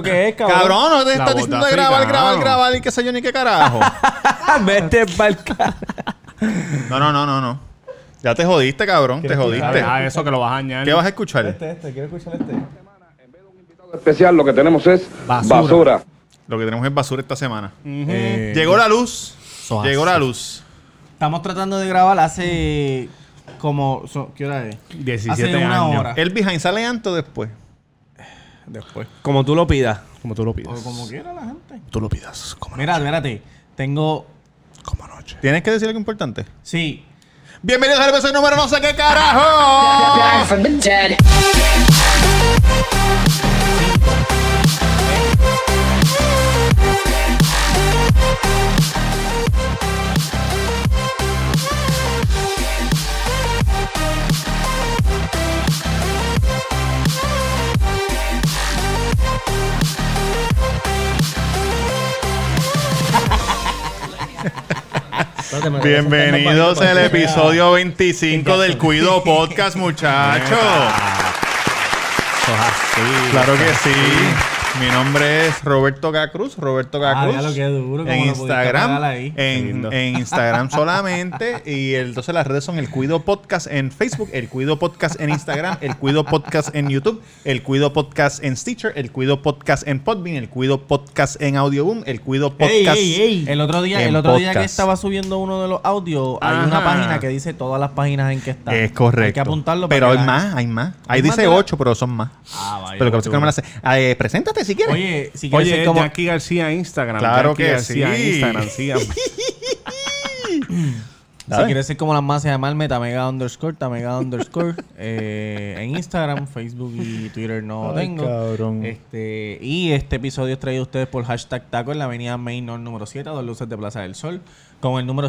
que es, cabrón? Cabrón, no te estás voz diciendo de de grabar, grabar, africano. grabar y qué sé yo ni qué carajo. Ah, Vete pa'l ca- No, no, no, no, no. Ya te jodiste, cabrón, te jodiste. Ah, eso que lo vas a añadir. ¿Qué vas a escuchar? Este, este, quiero escuchar este. especial lo que tenemos es Basura. basura. Lo que tenemos es basura esta semana. Llegó la luz. Sojas. Llegó la luz. Estamos tratando de grabar hace como... so- ¿Qué hora es? 17 hace una años. hora. El behind sale antes o después. Después. Como tú lo pidas. Como tú lo pides. O como quiera la gente. Tú lo pidas. Como, Mira, espérate. Tengo... como noche. Tienes que decir algo importante. Sí. Bienvenidos al episodio número no sé qué carajo. Live from the dead. Bienvenidos al episodio 25 del Cuido Podcast, muchachos. Claro que sí. Mi nombre es Roberto Gacruz. Roberto Ah, ya Gacruz. lo que duro. como en lo pudiste apagar Instagram. ahí. En, en Instagram solamente. Y el- entonces las redes son el Cuido Podcast en Facebook, el Cuido Podcast en Instagram, el Cuido Podcast en YouTube, el Cuido Podcast en Stitcher, el Cuido Podcast en Podbean, el Cuido Podcast en Audioboom, el Cuido Ey, Podcast. ey, ey. El otro día, en el otro día que podcast. estaba subiendo uno de los audios, hay una Ajá. página que dice todas las páginas en que está. Es correcto. Hay que apuntarlo. para Pero que hay la- más, hay más. Ahí ¿Hay más dice de la- 8, pero son más. Ah, vaya. pero lo que pasa es que no me la sé. Ah, eh, preséntate si quieres. Oye, si quieres Oye, ser como... Jackie García en Instagram. Claro Jackie que García sí. en Instagram, síganme. Si Dale. quieres ser como las más, se llama el metamega underscore, tamega underscore. eh, en Instagram, Facebook y Twitter no Ay, tengo. cabrón. Este, y este episodio es traído a ustedes por hashtag taco en la avenida Main North número 7, a dos luces de Plaza del Sol. Con el número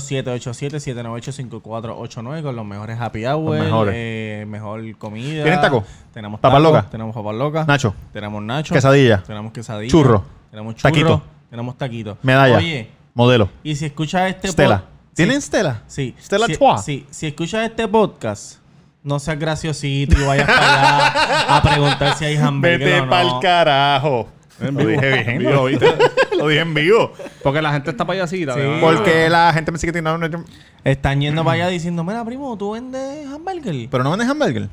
787-798-5489, con los mejores happy hour, Los mejores. eh, mejor comida. ¿Tienen taco? Tenemos Papas tacos, locas. Tenemos papas locas. Nacho. Tenemos nacho. Quesadilla. Tenemos quesadilla. Churro. Tenemos churro. Taquito. Tenemos taquito. Medalla. Oye, Modelo. y si escuchas este... Stella. pod- ¿Tienen Stella? Sí. Stella si, Chua. sí. Si escuchas este podcast, no seas graciosito y vayas para allá a preguntar si hay hamburguesas Vete o pa'l no. carajo. Eh, Lo dije bien. Vivo, ¿viste? Lo dije en vivo. Porque la gente está payasita. Sí. ¿verdad? Porque la gente me sigue tirando. una- Están yendo para allá diciendo, mira, primo, tú vendes hamburger. Pero no vendes hamburger.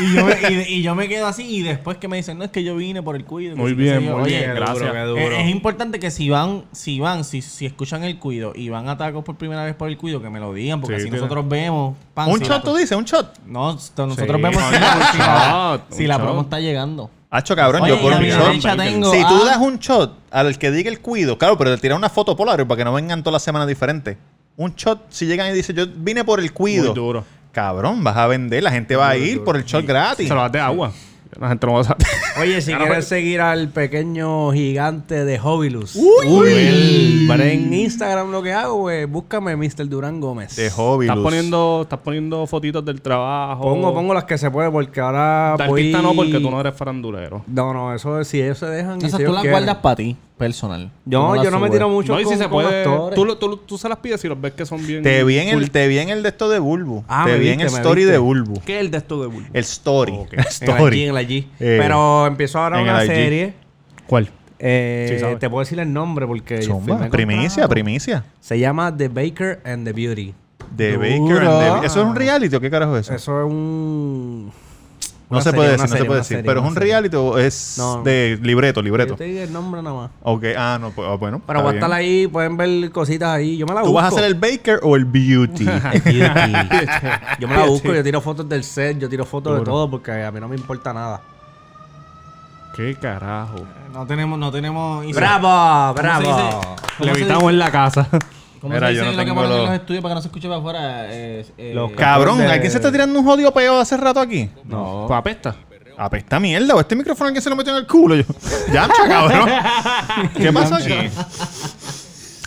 Y yo, me, y- y yo me quedo así y después que me dicen, no, es que yo vine por el cuido. que Muy sí, que sí". bien, Yo, muy "Oye, bien, qué gracias. duro, qué duro". Eh, Es, es importante que si van, si van, si, si escuchan el cuido y van a tacos por primera vez por el cuido, que me lo digan, porque Sí, así tiene- nosotros vemos. pan, un si shot, la- tú dices, un shot. No, nosotros Sí, vemos si coño, la- un si la- shot, si un la shot. promo está llegando. Hacho, cabrón, Oye, yo por y mi a la shot. derecha tengo ah. Si tú a- das un shot al que diga el cuido, claro, pero le tiras una foto polaroid para que no vengan todas las semanas diferentes. Un shot, si llegan y dicen, yo vine por el Muy cuido. duro. Cabrón, vas a vender, la gente va a ir por el shot gratis. Se lo das de agua. La gente no va a saber. Oye, si quieres seguir al pequeño gigante de Hobilus. Uy. Para en Instagram lo que hago, güey, búscame Mr. Durán Gómez. De hobby. Estás Luz. poniendo, estás poniendo fotitos del trabajo. Pongo, pongo las que se puede porque ahora De voy... artista no, porque tú no eres farandulero. No, no, eso es si ellos se dejan y Esas si tú ellos las quieren. guardas para ti, personal. Tú No, las yo no me subes. tiro mucho No, y con, si se con puede. actores. Tú, lo- tú, lo- tú se las pides y los ves que son bien. Te vi en cool. el, te vi en el de esto de Bulbu. Ah, te me vi en el viste, me story viste. de Bulbu. ¿Qué es el de esto de Bulbo? El story. Ok. story. En la G, en la G. Eh, Pero empiezo ahora en una el IG. serie. ¿Cuál? Eh, Sí, sabe. te puedo decir el nombre porque yo Zumba. firmé Primicia, contrato. primicia. Se llama The Baker and the Beauty. De Dura. Baker and the- ¿Eso es un reality o qué carajo es eso? Eso es no un... una se serie, puede decir, no una se serie, puede una decir. serie, pero es una un serie. reality o es No, no. de libreto, libreto. Yo te digo el nombre nada más. Ok, ah, no, pues, ah, bueno. Pero está voy a estar bien. ahí, pueden ver cositas ahí. Yo me la ¿Tú busco. vas a ser el Baker o el Beauty? yo me la busco, yo tiro fotos del set, yo tiro fotos de todo porque a mí no me importa nada. ¿Qué carajo? No tenemos, no tenemos. y- ¡Bravo! ¿Cómo se dice? ¡Bravo! ¿Cómo se Levitamos dice- en la casa. ¿Cómo Mira, se dice yo no en lo que tengo ponen en los- los estudios para que no se escuche para afuera? Eh, eh, Los ca- Cabrón, de- ¿alguien se está tirando un jodido peo hace rato aquí? No. Pues apesta. Apesta mierda, o este micrófono alguien se lo metió en el culo. Yo. Yamcha, cabrón. ¿Qué pasa aquí?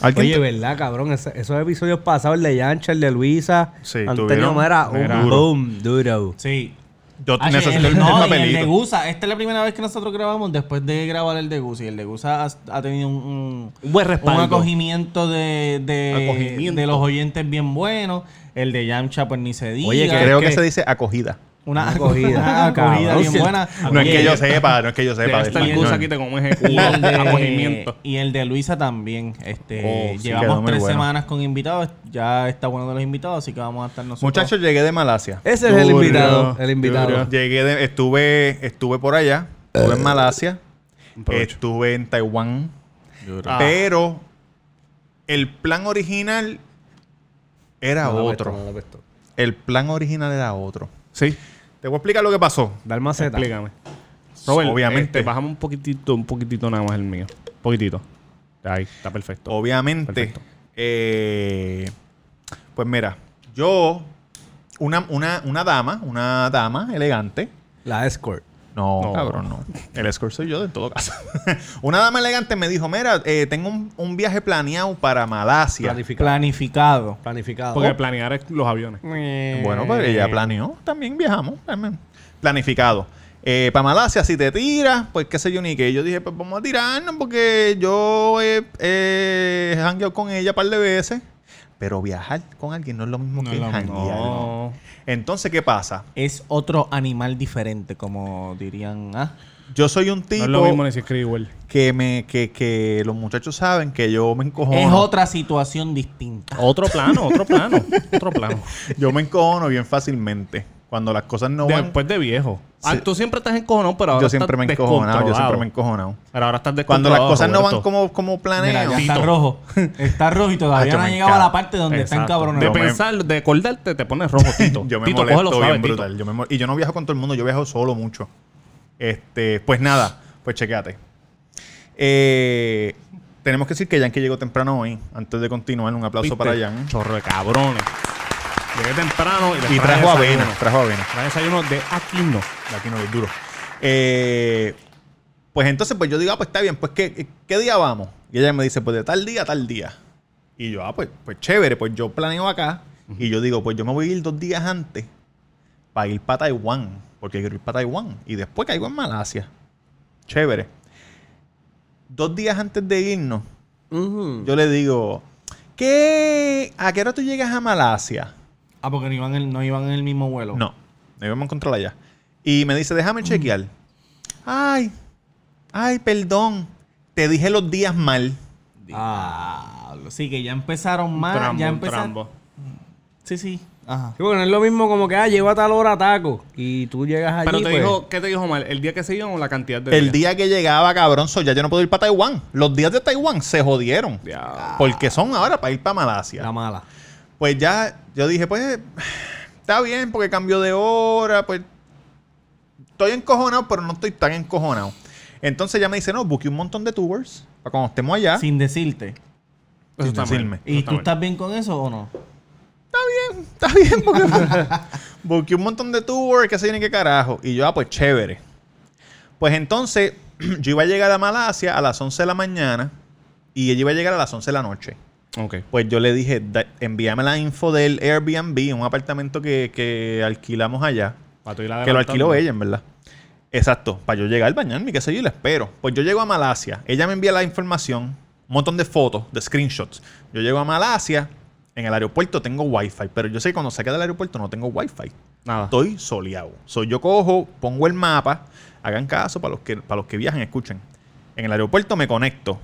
¿Alguien Oye, te- ¿verdad, cabrón? Ese- esos episodios pasados, el de Yancha, el de Luisa, Sí, han tenido tuvieron- mera un Mira. boom duro. Sí. Yo Ah, sí, necesito el, el no, mismo y el de papelito. Gusa. Esta es la primera vez que nosotros grabamos después de grabar el de Gusa. Y el de Gusa ha, ha tenido un, un, Un buen respaldo. un acogimiento de, de, Acogimiento. de los oyentes bien bueno. El de Yamcha, pues ni se diga. Oye, creo que se dice acogida. Una Una cogida. una acogida Cabrón, si bien el- buena. No es que yo Oye, sepa, no es que yo sepa. Debe estar Fernan, el no, Gus no. aquí te comes Y el el de, acogimiento. y el de Luisa también. Este, Oh, sí, quedó llevamos muy tres bueno. semanas con invitados. Ya está bueno de los invitados, así que vamos a estar nosotros. Muchachos, llegué de Malasia. Ese es el Duro, invitado. El invitado. duro. Llegué de- estuve, estuve por allá, estuve Eh, en Malasia, estuve en Taiwán, Ah. pero el plan original era No la otro. apestó, no la apestó. El plan original era otro. Sí, Te voy a explicar lo que pasó. Dalmaceta. explícame. Robert, Obviamente. obviamente. bajamos un poquitito, un poquitito nada más el mío. Un poquitito. Ahí, está perfecto. Obviamente. Perfecto. eh, pues mira, yo, una, una, una dama, una dama elegante. La escort. No, No. cabrón, no. El escort soy yo, en todo caso. una dama elegante me dijo, mira, eh, tengo un, un viaje planeado para Malasia. Planificado. planificado. Planificado. Porque Oh. planear es los aviones. Eh, Bueno, pues ella planeó, también viajamos, también. planificado. Eh, para Malasia, si te tiras, pues qué sé yo ni qué. Yo dije, pues vamos a tirarnos porque yo he eh, hangueado con ella un par de veces. Pero viajar con alguien no es lo mismo No que es lo mismo. hanguear. No. Entonces, ¿qué pasa? Es otro animal diferente, como dirían. Ah, Yo soy un No tipo es lo mismo ni si escribe igual. que me que, que los muchachos saben que yo me encojono. es otra situación distinta. Otro plano, otro plano, otro plano. Yo me encojono bien fácilmente. Cuando las cosas no van, Después de viejo. Ah, Sí. tú siempre estás encojonado, pero ahora yo siempre me estás he encojonado. Yo siempre me he descontrolado. encojonado. Pero ahora estás Cuando las cosas no van como, descontrolado, como Mira, planeo. ya está Tito. rojo. Está rojo y todavía Hacho, no ha me llegado a encanta. la parte donde están Exacto. cabrones. De Yo me- pensar, de acordarte, te pones rojo, Tito. Yo me Tito, molesto cógelo bien suave, Tito. brutal. Yo me mol- y yo no viajo con todo el mundo, yo viajo solo mucho. Este, pues nada, pues chequéate. Eh, tenemos que decir que Yankee llegó temprano hoy. Antes de continuar, un aplauso ¿Viste? para Yan. Chorro de cabrones. Llegué temprano ¿eh? y, les Y traje trajo desayuno. avena, trajo avena. Traje desayuno de Aquino. De Aquí no es duro. Eh, pues entonces, pues yo digo, ah, pues está bien, pues ¿qué, qué día vamos? Y ella me dice, pues de tal día a tal día. Y yo, ah, pues, pues chévere, pues yo planeo acá. Y yo digo, pues yo me voy a ir dos días antes para ir para Taiwán, porque quiero ir para Taiwán. Y después caigo en Malasia. Chévere. Dos días antes de irnos, Ujú. yo le digo, ¿qué? ¿A qué hora tú llegas a Malasia? Ah, porque no iban, en, no iban en el mismo vuelo. No, no íbamos a encontrar allá. Y me dice, déjame chequear. Ay, ay, perdón. Te dije los días mal. Ah, sí, que ya empezaron más. trambo, ya un empezaron. trambo. Sí, sí. Ajá. Sí, porque no es lo mismo como que, ah, llego a tal hora taco. Y tú llegas allí, Pero te pues, dijo, ¿qué te dijo mal? ¿El día que se iban o la cantidad de El día que llegaba, cabrón, so ya yo no puedo ir para Taiwán. Los días de Taiwán se jodieron. Ya. Porque son ahora para ir para Malasia. La mala. Pues ya, yo dije, pues, está bien, porque cambió de hora, pues. Estoy encojonado, pero no estoy tan encojonado. Entonces ya me dice, no, busqué un montón de tours para cuando estemos allá. Sin decirte. Eso está mal. decirme. ¿Y tú Eso está mal. estás bien con eso o no? Está bien, porque busqué un montón de tours, que se viene qué carajo. Y yo, ah, pues chévere. Pues entonces, yo iba a llegar a Malasia a las 11 de la mañana y ella iba a llegar a las 11 de la noche. Ok. Pues yo le dije, "Da- envíame la info del Airbnb, un apartamento que, que alquilamos allá. Pa' tú Que ir lo adelantando. alquiló ella, en verdad. Exacto, para yo llegar, bañarme, qué sé yo, y la espero. Pues yo llego a Malasia, ella me envía la información, un montón de fotos, de screenshots. Yo llego a Malasia, en el aeropuerto tengo wifi, pero yo sé que cuando salga del aeropuerto no tengo wifi. Nada. Estoy soleado. So, yo cojo, pongo el mapa, hagan caso para los que, para los que viajan, escuchen. En el aeropuerto me conecto,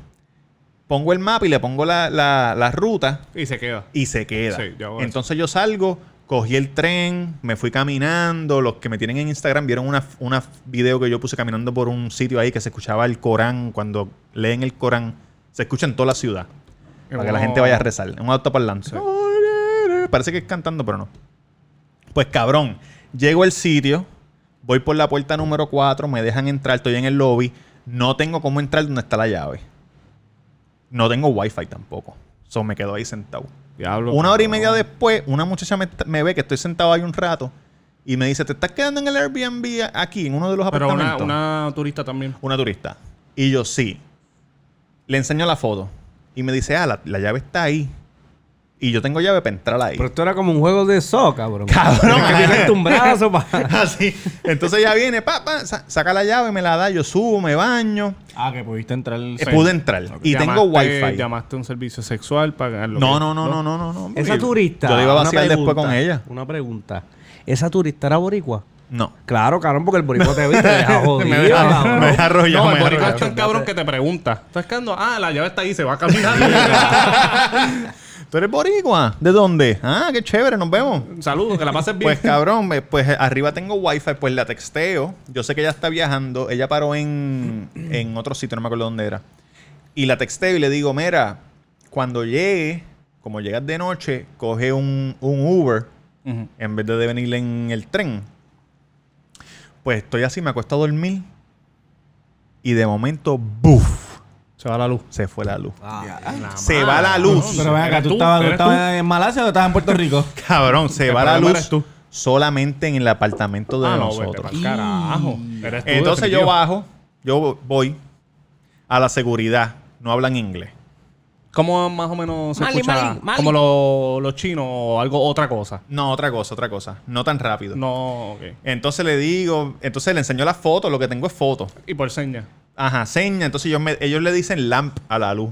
pongo el mapa y le pongo la, la- la ruta Y se queda. y se queda. Sí, yo hago eso. Entonces yo salgo, cogí el tren, me fui caminando. Los que me tienen en Instagram vieron una, una video que yo puse caminando por un sitio ahí que se escuchaba el Corán. Cuando leen el Corán, se escucha en toda la ciudad. Para que la gente vaya a rezar. En un altoparlante. Parece que es cantando, pero no. Pues cabrón, llego al sitio, voy por la puerta número 4, me dejan entrar, estoy en el lobby, no tengo cómo entrar donde está la llave. No tengo wifi tampoco. So me quedo ahí sentado. Diablo. Una hora y media después, una muchacha me, me ve que estoy sentado ahí un rato y me dice, ¿te estás quedando en el Airbnb aquí, en uno de los Pero una, apartamentos? una turista también. una turista. Y yo sí. Le enseño la foto. Y me dice, ah, la, la llave está ahí. Y yo tengo llave para entrar ahí. Pero esto era como un juego de so, cabrón. Cabrón. Tienes que tirarte un brazo para... Así. Entonces ella viene, pa, pa, sa- saca la llave, me la da, yo subo, me baño. Ah, que pudiste entrar. Eh, Pude entrar. Y tengo Llamaste- wifi. Llamaste a un servicio sexual para ganarlo. No, no, no, no, no, no, no. Esa turista. Yo le iba a una vaciar después pregunta, con ella. Una pregunta. ¿Esa turista era boricua? No. Claro, cabrón, porque el boricua te ve y te deja jodido. Me deja- cabrón. me deja arrollado, me No, el deja boricua es arrollado. tan cabrón que te pregunta. ¿Estás quedando? Ah, la llave está ahí, se va a caminar. ¿Tú eres boricua? ¿De dónde? Ah, qué chévere, nos vemos. Saludos, que la pases bien. Pues cabrón, me- pues arriba tengo wifi, pues la texteo. Yo sé que ella está viajando, ella paró en, en otro sitio, no me acuerdo dónde era. Y la texteo y le digo, mira, cuando llegue, como llegas de noche, coge un, un Uber Ujú. en vez de venir en el tren. Pues estoy así, me acuesto a dormir. Y de momento, ¡buf! Se va la luz. Se fue la luz. Ya. eh. se va la luz. Pero ven acá, ¿Eres ¿tú tú? estabas, tú ¿Eres tú? estabas en Malasia o estabas en Puerto Rico? Cabrón, se El va la problema luz eres tú. solamente en el apartamento de Ah, no, vete nosotros. pa'l carajo. Eres tú, Entonces yo definitivo. bajo, yo voy a la seguridad. No hablan inglés. ¿Cómo más o menos se Mali, escucha? Mali, Mali. Como lo- los chinos o algo, otra cosa. No, otra cosa, otra cosa. No tan rápido. No, ok. Entonces le digo, entonces le enseño las fotos, lo que tengo es fotos. Y por señas. Ajá, seña. Entonces ellos, me- ellos le dicen lamp a la luz.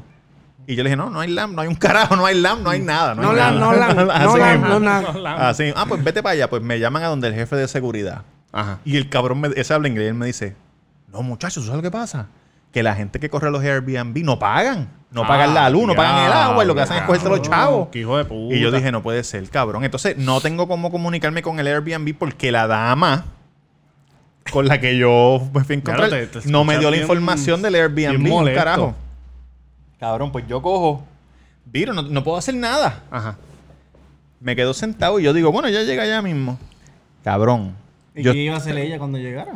Y yo le dije, no, no hay lamp, no hay un carajo, no hay lamp, no hay nada. No, No hay lamp, nada. no lamp, Así no lamp, mismo. no lamp. Así, ah, pues vete para allá. Pues me llaman a donde el jefe de seguridad. Ajá. Y el cabrón, me, ese habla inglés, y él me dice, no muchachos, ¿sabes lo que pasa? Que la gente que corre los Airbnb no pagan. No pagan la luz, no pagan el agua. Y lo que hacen es cogerte los chavos. Ah, Qué hijo de puta. Y yo dije, no puede ser, cabrón. Entonces, no tengo cómo comunicarme con el Airbnb porque la dama con la que yo me fui a encontrar Claro, te- te no me dio la escuchas información bien- del Airbnb, bien molesto. carajo. Cabrón, pues yo cojo. Viro, no, no puedo hacer nada. Ajá. Me quedo sentado y yo digo, bueno, ya llega ya mismo. Cabrón. ¿Y Yo- qué iba a hacer ella cuando llegara?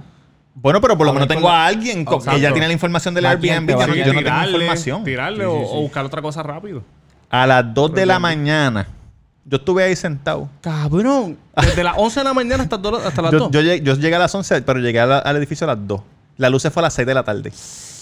bueno, pero por lo menos Hablar con tengo la- a alguien con- que Exacto. ya tiene la información del ¿A quién Airbnb. te Yo va no, a yo no tengo información. Tirarle o, o buscar otra cosa rápido. A las 2 de la mañana, yo estuve ahí sentado. Cabrón. Desde las 11 de la mañana hasta, do- hasta las Yo, 2. yo llegué, yo llegué a las 11, pero llegué a la- al edificio a las 2. La luz se fue a las 6 de la tarde.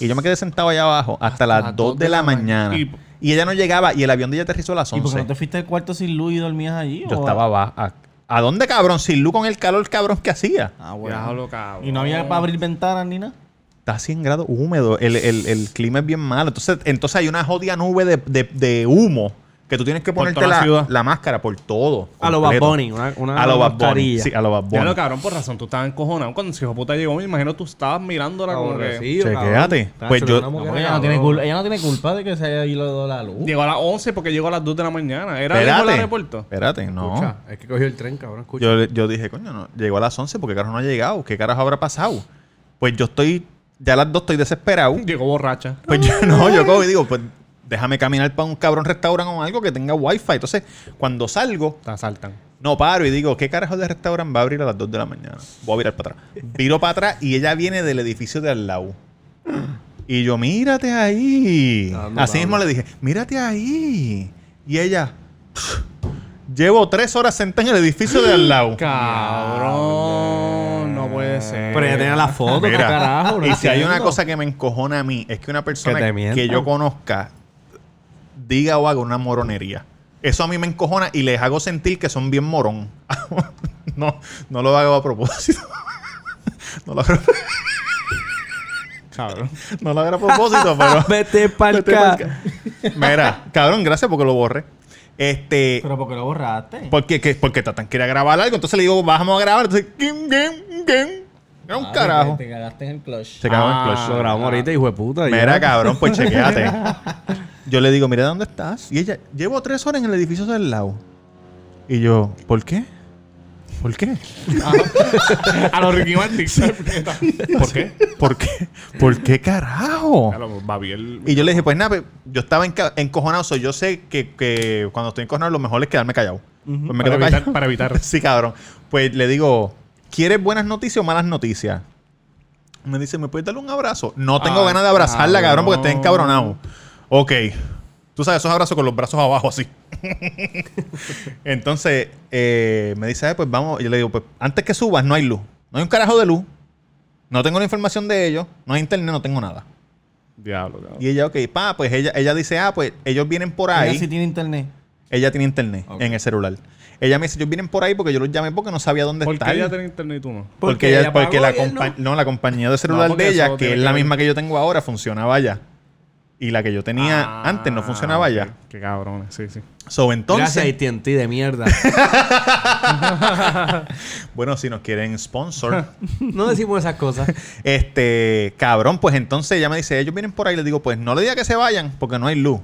Y yo me quedé sentado allá abajo hasta, las 2 de la mañana. Y- Y, ella no llegaba y el avión de ella aterrizó a las ¿Y por qué no 11. te fuiste al cuarto sin luz y dormías allí? Yo o- estaba abajo. ¿A, a dónde, cabrón? Sin luz con el calor, cabrón, que hacía. Ah, bueno. Diablo, cabrón. ¿Y no había para abrir ventanas ni nada? Está a 100 grados húmedo. El, el- el clima es bien malo. Entonces, entonces hay una jodida nube de, de- de humo que tú tienes que Por ponerte toda la la, ciudad. la máscara por todo. A lo Bad completo. Bunny, una, una A lo Bad Bunny. mascarilla. Sí, a lo Bad Bunny. Ya lo cabrón, por razón, tú estabas encojonado. Cuando ese hijo de puta llegó, me imagino tú estabas mirándola como que. Aborrecido, cabrón. Chequéate. Tacho, Pues yo- una mujer, Ella no, tiene cabrón. culpa, ella no tiene culpa de que se haya ido la luz. Llegó a las 11 porque llegó a las 2 de la mañana. Era lejos el Espérate. aeropuerto. Espérate, no. Escucha, es que cogió el tren, cabrón. Escucha. Yo, yo dije, coño, no, llegó a las 11 porque carajo no ha llegado. ¿Qué carajo habrá pasado? Pues yo estoy, ya a las 2 estoy desesperado. Llegó borracha. Pues yo no, yo cojo y digo, pues déjame caminar para un cabrón restaurante o algo que tenga wifi. Entonces, cuando salgo, Te asaltan. no paro y digo, ¿qué carajo de restaurante va a abrir a las 2 de la mañana? Voy a virar para atrás. Viro para atrás y ella viene del edificio de al lado. Y yo, mírate ahí. Dando Así mismo tabla. le dije, mírate ahí. Y ella, llevo tres horas sentada en el edificio de al lado. Cabrón. No puede ser. Pero ella tenía la foto, Mira, ¿qué carajo. No y si hay una entiendo. cosa que me encojona a mí, es que una persona Que te que, mientan. yo conozca diga o haga una moronería. Eso a mí me encojona y les hago sentir que son bien morón. no, no lo hago a propósito. no, lo hago, Cabrón. no lo hago a propósito, pero... Vete pa'l Vete pa'l ca. ca- Mira, cabrón, gracias porque lo borré. Este... ¿Pero por qué lo borraste? Porque, que, porque Tatán quería grabar algo, entonces le digo, bajamos a grabar. Entonces, ¿quién, quién, quién? Era un Ah, carajo. Te, te cagaste en el clutch. Se pues, cagó en el clutch. Lo grabamos ahorita, hijo de puta. ya. Ah, Mira, cabrón, pues chequéate. Yo le digo, mira dónde estás. Y ella, llevo tres horas en el edificio del lado. Y yo, ¿por qué? ¿Por qué? A los Ricky Martin. ¿Por qué? ¿Por qué? ¿Por qué carajo? A los Babiel. Y yo le dije, pues nada, pues, yo estaba enca- encojonado. so, yo sé que, que cuando estoy encojonado lo mejor es quedarme callado. Pues me Para quedo evitar- callado. para evitar. sí, cabrón. Pues le digo, ¿quieres buenas noticias o malas noticias? Me dice, ¿me puedes darle un abrazo? No tengo Ay, ganas de abrazarla, cabrón, porque estoy Ah, cabrón. encabronado. Ok. Tú sabes, esos abrazos con los brazos abajo así. Entonces, eh, me dice, "Ay, pues vamos. Y yo le digo, pues antes que subas, no hay luz. No hay un carajo de luz. No tengo la información de ellos. No hay internet, no tengo nada. Diablo, cabrón. Y ella, ok, pa, pues ella, ella dice, ah, pues ellos vienen por ahí. Ella sí tiene internet. Ella tiene internet Ok. en el celular. Ella me dice, ellos vienen por ahí porque yo los llamé porque no sabía dónde ¿Por estar. qué ella tiene internet y tú no? porque, Porque ella- ella porque pagó la, y él compa- no, la compañía de celular porque de eso ella, que tiene es que la ver. misma que yo tengo ahora, funcionaba ya. Y la que yo tenía Ah, antes no funcionaba ok. ya. Qué cabrones, sí, sí. So, entonces, Gracias, ATT de mierda. bueno, si nos quieren sponsor, No decimos esas cosas. este cabrón, pues entonces ella me dice, ellos vienen por ahí, le digo, pues no le diga que se vayan porque no hay luz.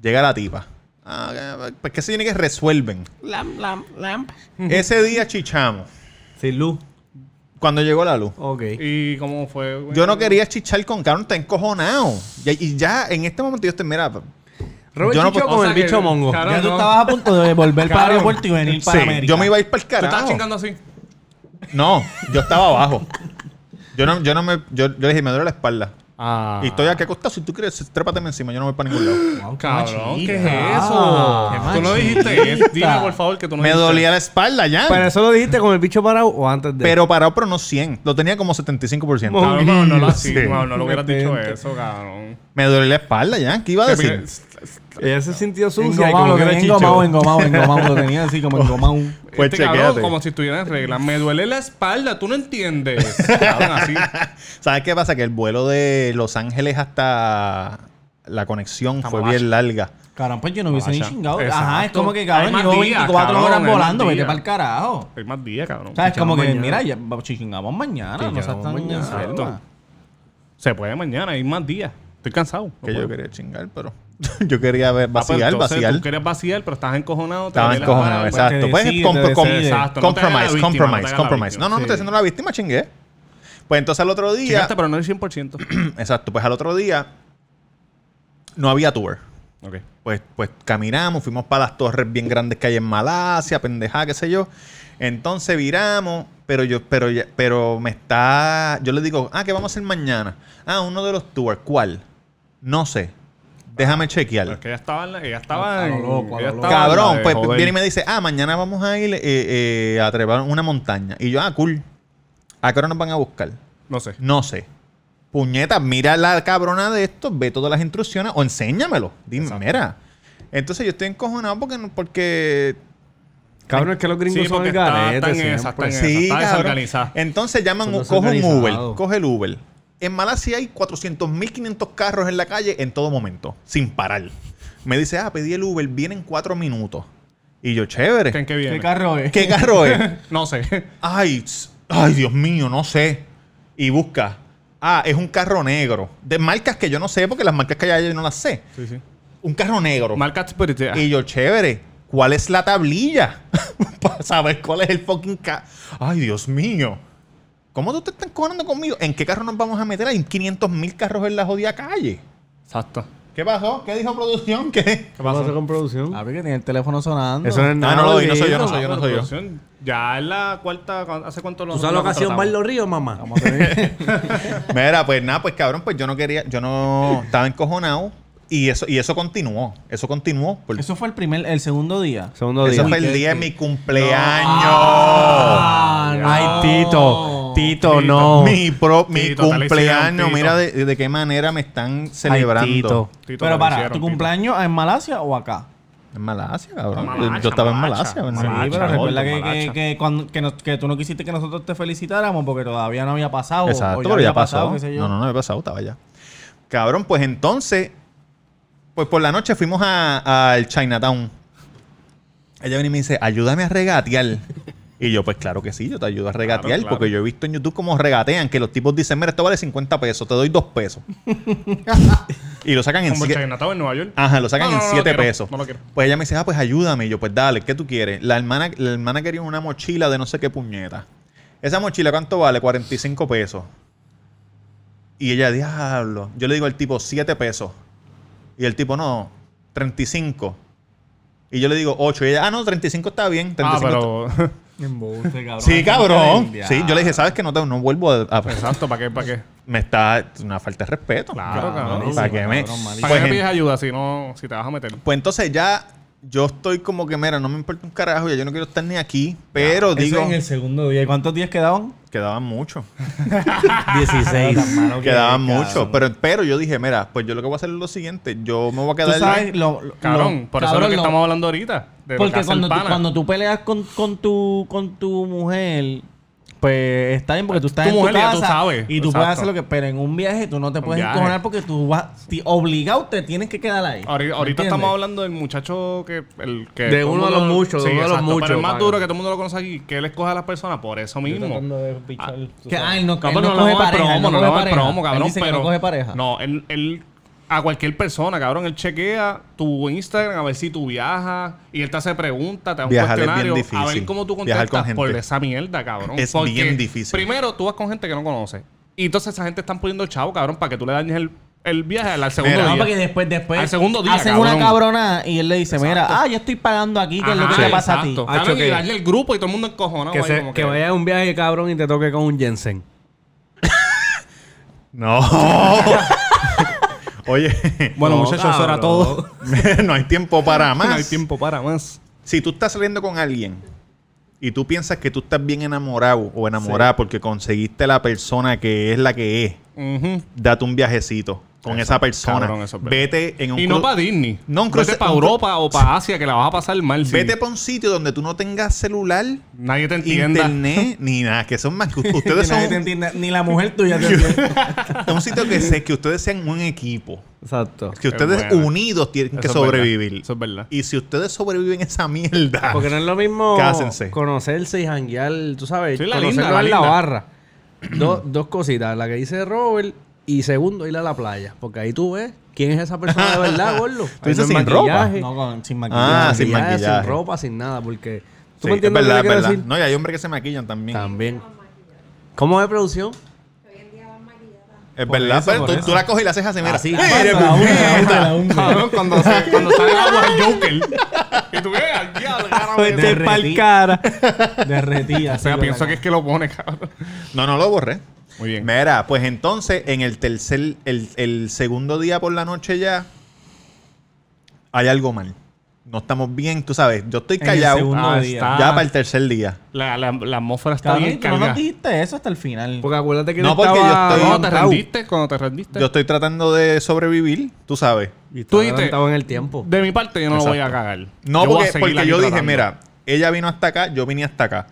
Llega la tipa. Ah, eh, pues que se tiene que resuelven. Lamp, lamp, lamp. Ese día chichamos. Sin luz. Cuando llegó la Oh, luz. Ok. ¿Y cómo fue? güey? Yo no quería chichar con cabrón, está encojonado. Y, y ya en este momento yo estoy, mira, Robert Yo no Chicho puedo- con o sea el que- bicho mongo. cabrón, Ya tú no. estabas a punto de volver para el Cabrón. aeropuerto y venir para sí, América. yo me iba a ir para el Tú carajo. estás chingando así. No, yo estaba abajo. Yo no, yo no me, yo, yo le dije, me duele la espalda. Ah. Y estoy aquí acostado. Si tú quieres, trépateme encima. Yo no voy para ningún lado. Wow, qué Cabrón, machista. ¿qué es eso? Ah, tú no dijiste eso. Dime, por favor, que tú no me dijiste dolía la espalda ya. ¿Pero eso lo dijiste con el bicho parado o antes de? Pero parado, pero no 100. Lo tenía como 75%. Mo- Cabrón, no, no, lo así, Sí. no, no lo hubieras dicho eso, cabrón. Me duele la espalda ya. ¿Qué iba a decir? Ella se sintió sucia y Engomado, como lo que era tenía chicho. engomado, engomado, engomado. Lo tenía así como engomado. Pues este chequéate. cabrón, como si estuviera en regla. Me duele la espalda, tú no entiendes. Cabrón, así. ¿Sabes qué pasa? Que el vuelo de Los Ángeles hasta la conexión fue bien larga. Cabrón, pues yo no hubiese ni Vaya. chingado. Ajá, es Exacto. como que cabrón, Hay más llevo días, 24 cabrón, horas hay más volando, vete días. para el carajo. Hay más días, cabrón. O sea, es como que, mañana. mira, ya va- chingamos mañana, no seas Chingamos tan mañana. enferma. Exacto. Se puede mañana, hay más días. Estoy cansado. no Que puedo. yo quería chingar, pero yo quería ver, Ah, pues, vaciar, entonces, vaciar. Tú querías vaciar, pero estás encojonado. te Estaba duele la encojonado, espalda, exacto. te Pues decide, com- te com- decide. Exacto, no te hagas la compromise, víctima, no te compromise, hagas la compromise. No, no, víctima, no estoy sí. haciendo la víctima, chingué. Pues entonces al otro día, Chingaste, pero no el 100%. exacto, pues al otro día no había tour. ok. Pues, pues caminamos, fuimos para las torres bien grandes que hay en Malasia, pendejada, qué sé yo. Entonces viramos, pero yo, pero ya- pero me está. Yo le digo, ah, ¿qué vamos a hacer mañana? Ah, uno de los tours, ¿cuál? No sé. Déjame chequear. Pero es que ella estaba en la- ella estaba A lo en- loco, a ella lo estaba en la Cabrón, de pues joder. viene y me dice, ah, mañana vamos a ir eh, eh, a trepar una montaña. Y yo, ah, cool. ¿A qué hora nos van a buscar? No sé. No sé. Puñeta, mira la cabrona de esto, ve todas las instrucciones o enséñamelo. Dime, mira. Entonces yo estoy encojonado porque... no- porque Cabrón, es que los gringos Sí, son porque el está- garete están en esa, siempre. están en pues, sí, está cabrón. desorganizado. Entonces llaman, Son un- coge un Uber. desorganizados. Coge el Uber. En Malasia hay 400.500 carros en la calle en todo momento, sin parar. Me dice, ah, pedí el Uber, viene en cuatro minutos. Y yo, chévere. ¿En qué viene? ¿Qué carro es? ¿Qué carro es? No sé. Ay, ts- ay, Dios mío, no sé. Y busca. Ah, es un carro negro. De marcas que yo no sé, porque las marcas que hay allá yo no las sé. Sí, sí. Un carro negro. Marca Spirit. y yo, chévere, ¿cuál es la tablilla? Para saber cuál es el fucking carro. Ay, Dios mío. ¿Cómo tú te estás cojonando conmigo? ¿En qué carro nos vamos a meter? Hay 500 mil carros en la jodida calle. Exacto. ¿Qué pasó? ¿Qué dijo producción? ¿Qué? ¿Qué pasa con producción? A ver, que tiene el teléfono sonando. Eso no es Ah, nada. no lo vi, no de soy yo, eso. no soy yo, no soy yo. Ah, Producción, Ya es la cuarta. ¿Hace cuánto lo ¿Tú sabes lo que ha sido Barlo Río, mamá? Mira, pues nada, pues cabrón, pues yo no quería, yo no estaba encojonado y eso y eso continuó, eso continuó. por- Eso fue el primer, el segundo día. Segundo Ese día. fue el día de mi cumpleaños. Ah, Ay, Tito. Tito, Tito. no. Mi, pro, mi Tito, te la hicieron, cumpleaños. Tito. Mira de, de qué manera me están Ay, celebrando. Tito. Pero para, ¿tu cumpleaños en Malasia o acá? En Malasia, cabrón. No, Yo- yo, Malasia, estaba Malasia. Ah, en Malasia. ¿verdad? Sí, Sí, pero Malacha, recuerda que, gordo, que- malacha. que cuando- que nos- que tú no quisiste que nosotros te felicitáramos porque todavía no había pasado. o Exacto, pero ya había pasó. qué sé yo. No, no, no había pasado, estaba ya. Cabrón, pues entonces, pues por la noche fuimos a- al Chinatown. Ella viene y me dice, ayúdame a regatear. Y yo, pues claro que sí, yo te ayudo a regatear, Claro, claro. porque yo he visto en YouTube cómo regatean, que los tipos dicen, mira, esto vale 50 pesos, te doy 2 pesos. y lo sacan en Como el 7 Chinatown en Nueva York. Ah, Ah, Ajá, lo sacan No, no, en no, 7 no quiero, pesos. no lo quiero. Pues ella me dice, ah, pues ayúdame. Y yo, pues dale, ¿qué tú quieres? La hermana, la hermana quería una mochila de no sé qué puñeta. Esa mochila, ¿cuánto vale? 45 pesos. Y ella, diablo. Yo le digo al tipo, 7 pesos. Y el tipo, no, 35. Y yo le digo, 8. Y ella, ah, no, 35 está bien. 35 Ah, está- pero. Embuste, cabrón. Sí, cabrón. Ya. Sí, yo le dije, ¿sabes que No, te- no vuelvo a... a- Exacto, ¿para qué? ¿Para qué? me está... Una falta de respeto. Claro, cabrón. ¿Para qué me...? Cabrón, malísimo. ¿Para qué Pues, me pides ayuda si no, si te vas a meter? Pues entonces ya yo estoy como que, mira, no me importa un carajo, ya yo no quiero estar ni aquí, pero digo, Eso en el segundo día. ¿Y cuántos días quedaban? quedaban mucho, 16. quedaban mucho, pero, pero yo dije, mira, pues yo lo que voy a hacer es lo siguiente, yo me voy a Tú quedar... sabes, lo, lo- Cabrón, por eso es lo cabrón, que estamos hablando ahorita. De lo que Porque hace el cuando tú, pana. cuando tú peleas con, con, tu, con tu mujer, pues está bien porque tú estás Tu en mujer tu ya casa tú sabes. y tú puedes Exacto. hacer lo que pero en un viaje tú no te puedes viaje. encojonar porque tú vas ti- obligado te tienes que quedar ahí Ahorita, ¿me ahorita entiendes? estamos hablando del muchacho que. El, que De todo el uno de los mundo- muchos, de uno de los exacto, Pero muchos, el más paga. duro que todo el mundo lo conoce aquí, que él escoge a las personas por eso mismo. que ay no, Cabrón, él no, no, no, coge no, pareja, él no promo, no, coge no, pareja. promo, Él cabrón, dice que pero. no coge pareja No, él, él- a cualquier persona, cabrón, él chequea tu Instagram a ver si tú viajas y él te hace preguntas, te da un Viajar es bien cuestionario a ver difícil. cómo tú Viajar contestas con por gente. esa mierda, cabrón. Es Porque bien difícil. Primero, tú vas con gente que no conoces y entonces esa gente están poniendo chavo, cabrón, para que tú le dañes el, el viaje al segundo Mira, día. No, porque después, después Al segundo día, hacen cabrón. una cabronada y él le dice, mira, ah, yo estoy pagando aquí, que es lo que Ajá, te pasa exacto. a ti. Ah, Cabrón, choque. y darle el grupo y todo el mundo encojonado. Que, ahí se- como que vaya a un viaje cabrón y te toque con un Jensen. No. Oye. Bueno, No, muchachos, eso era cabrón. todo. no hay tiempo para más. No hay tiempo para más. Si tú estás saliendo con alguien y tú piensas que tú estás bien enamorado o enamorada porque conseguiste la persona que es la que es, Ujú. date un viajecito con Eso, esa persona. cabrón, eso es verdad. Vete en un Y no cru- para Disney. No, un Vete cruce- para un cru- Europa o para Asia que la vas a pasar mal. sí. Vete para un sitio donde tú no tengas celular, Nadie te entienda. internet, ni nada, que son más que ustedes Nadie te son entiende, ni la mujer tuya te entiende. un, un sitio que se, que ustedes sean un equipo, Exacto. que ustedes buena. unidos tienen Eso que es verdad, sobrevivir. Eso es verdad. Y si ustedes sobreviven esa mierda, Porque no es lo mismo Ah, Cásense. conocerse y janguear, tú sabes, Sí, la conocerlo linda, la en la linda. barra. Do- dos cositas, la que dice Robert y segundo, ir a la playa. Porque ahí tú ves quién es esa persona de verdad, gordo. Ahí dices no hay sin ropa. maquillaje, No, con- sin Ah, maquillaje. sin maquillaje. Sin ropa, sin nada, porque... Sí, ¿Tú me entiendes es verdad, lo que es quiero verdad. decir? No, y hay hombres que se maquillan también. También. ¿Cómo es producción? Es Por verdad, eso, pero por tú, eso. tú la coges y la haces así, mira. Así. ¡Eh, Ah, eres la hunde, mujer! la hunde, la hunde. Cabrón, cuando, se, cuando sale el agua el Joker. y tú ves al diablo, cabrón. Pues Vete Vete pa'l pa'l cara. Derretí, O sea, pienso que es que lo pone, cabrón. No, no lo borré. Muy bien. Mira, pues entonces en el tercer, el, el segundo día por la noche ya, hay algo mal. No estamos bien, tú sabes. Yo estoy En el callado. segundo Ah, día. está. Ya para el tercer día. La, la, la atmósfera está bien Cabrón, tú no cargada. nos dijiste eso hasta el final. Porque acuérdate que No, yo porque yo estaba estoy- Cuando te adelantado. rendiste, cuando te rendiste. Yo estoy tratando de sobrevivir, tú sabes. Y estaba Tú dijiste- adelantado en el tiempo. De mi parte, yo no lo voy a Exacto. cagar. No, voy a porque, seguir porque aquí yo dije, tratando. mira, ella vino hasta acá, yo vine hasta acá.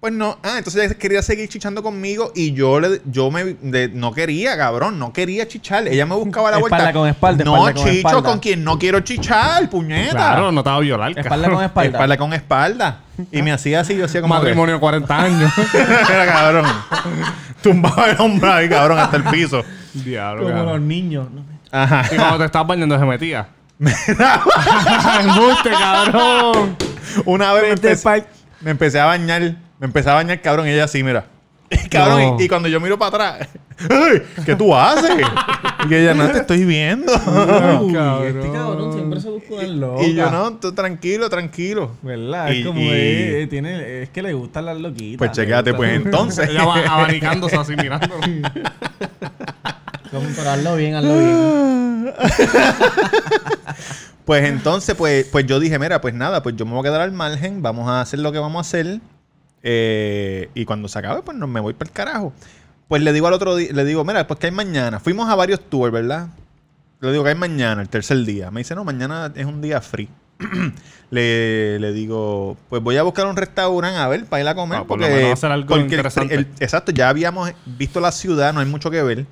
Pues no, ah, entonces ella quería seguir chichando conmigo y yo le, yo me de- no quería, cabrón, no quería chichar. Ella me buscaba la Espalda vuelta. con espalda, no, espalda con chicho, espalda. con quien no quiero chichar, puñeta. Claro, no te va a violar. Espalda cabrón. con espalda. Espalda con espalda. Y me hacía así, yo hacía como. que- Matrimonio de 40 años. Era cabrón. Tumbaba el hombro ahí, cabrón, hasta el piso. Diablo, Como los cabrón. niños. ¿no? Ajá. Y cuando te estabas bañando se metía. ¡Embuste, cabrón! Una vez me Vete empecé, pa'l- me empecé a bañar. Me empecé a bañar, cabrón, y ella así, mira. Cabrón, No. y, y cuando yo miro para atrás, ¡ay! ¿Qué tú haces? y ella, no te estoy viendo. Uy, este cabrón. cabrón siempre se busca en y yo, no, tú tranquilo, tranquilo. ¿Verdad? Y- es como y- eh, eh, tiene, es que le gustan las loquitas. Pues le checate, gustan- pues entonces. Ella va abanicándose así, mirándolo. Como, Pero hazlo bien, hazlo bien. Pues entonces, pues, pues yo dije, mira, pues nada, pues yo me voy a quedar al margen, vamos a hacer lo que vamos a hacer. eh, y cuando se acabe, pues no me voy para el carajo. Pues le digo al otro día, le digo, mira, pues que hay mañana. Fuimos a varios tours, ¿verdad? Le digo que hay mañana, el tercer día. Me dice, no, mañana es un día free. le, le digo, pues voy a buscar un restaurante a ver para ir a comer. Ah, por lo porque menos hacer algo porque el- interesante. el- exacto, ya habíamos visto la ciudad, no hay mucho que ver.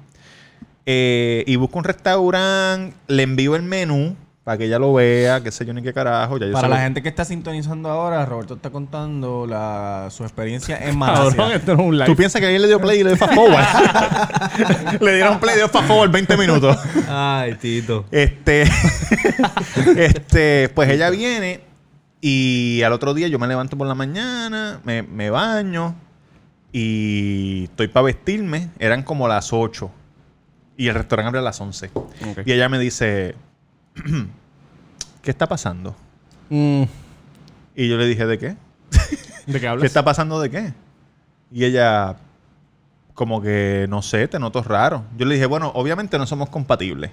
Eh, y busco un restaurante, le envío el menú para que ella lo vea, qué sé yo ni qué carajo. Ya yo Para se la lo- gente que está sintonizando ahora, Roberto está contando la, su experiencia en Cabrón, Malasia. esto no es un Tú live. piensas que ayer le dio play y le dio fast forward. le dieron play y dio fast forward 20 minutos. Ay, Tito. Este, este, pues ella viene y al otro día yo me levanto por la mañana, me, me baño y estoy para vestirme. Eran como las 8 y el restaurante abre a las 11. Ok. Y ella me dice, ¿qué está pasando? Mm, Y yo le dije, ¿de qué? ¿De qué ¿Qué hablas? está pasando de qué? Y ella, como que, no sé, te noto raro. Yo le dije, bueno, obviamente no somos compatibles.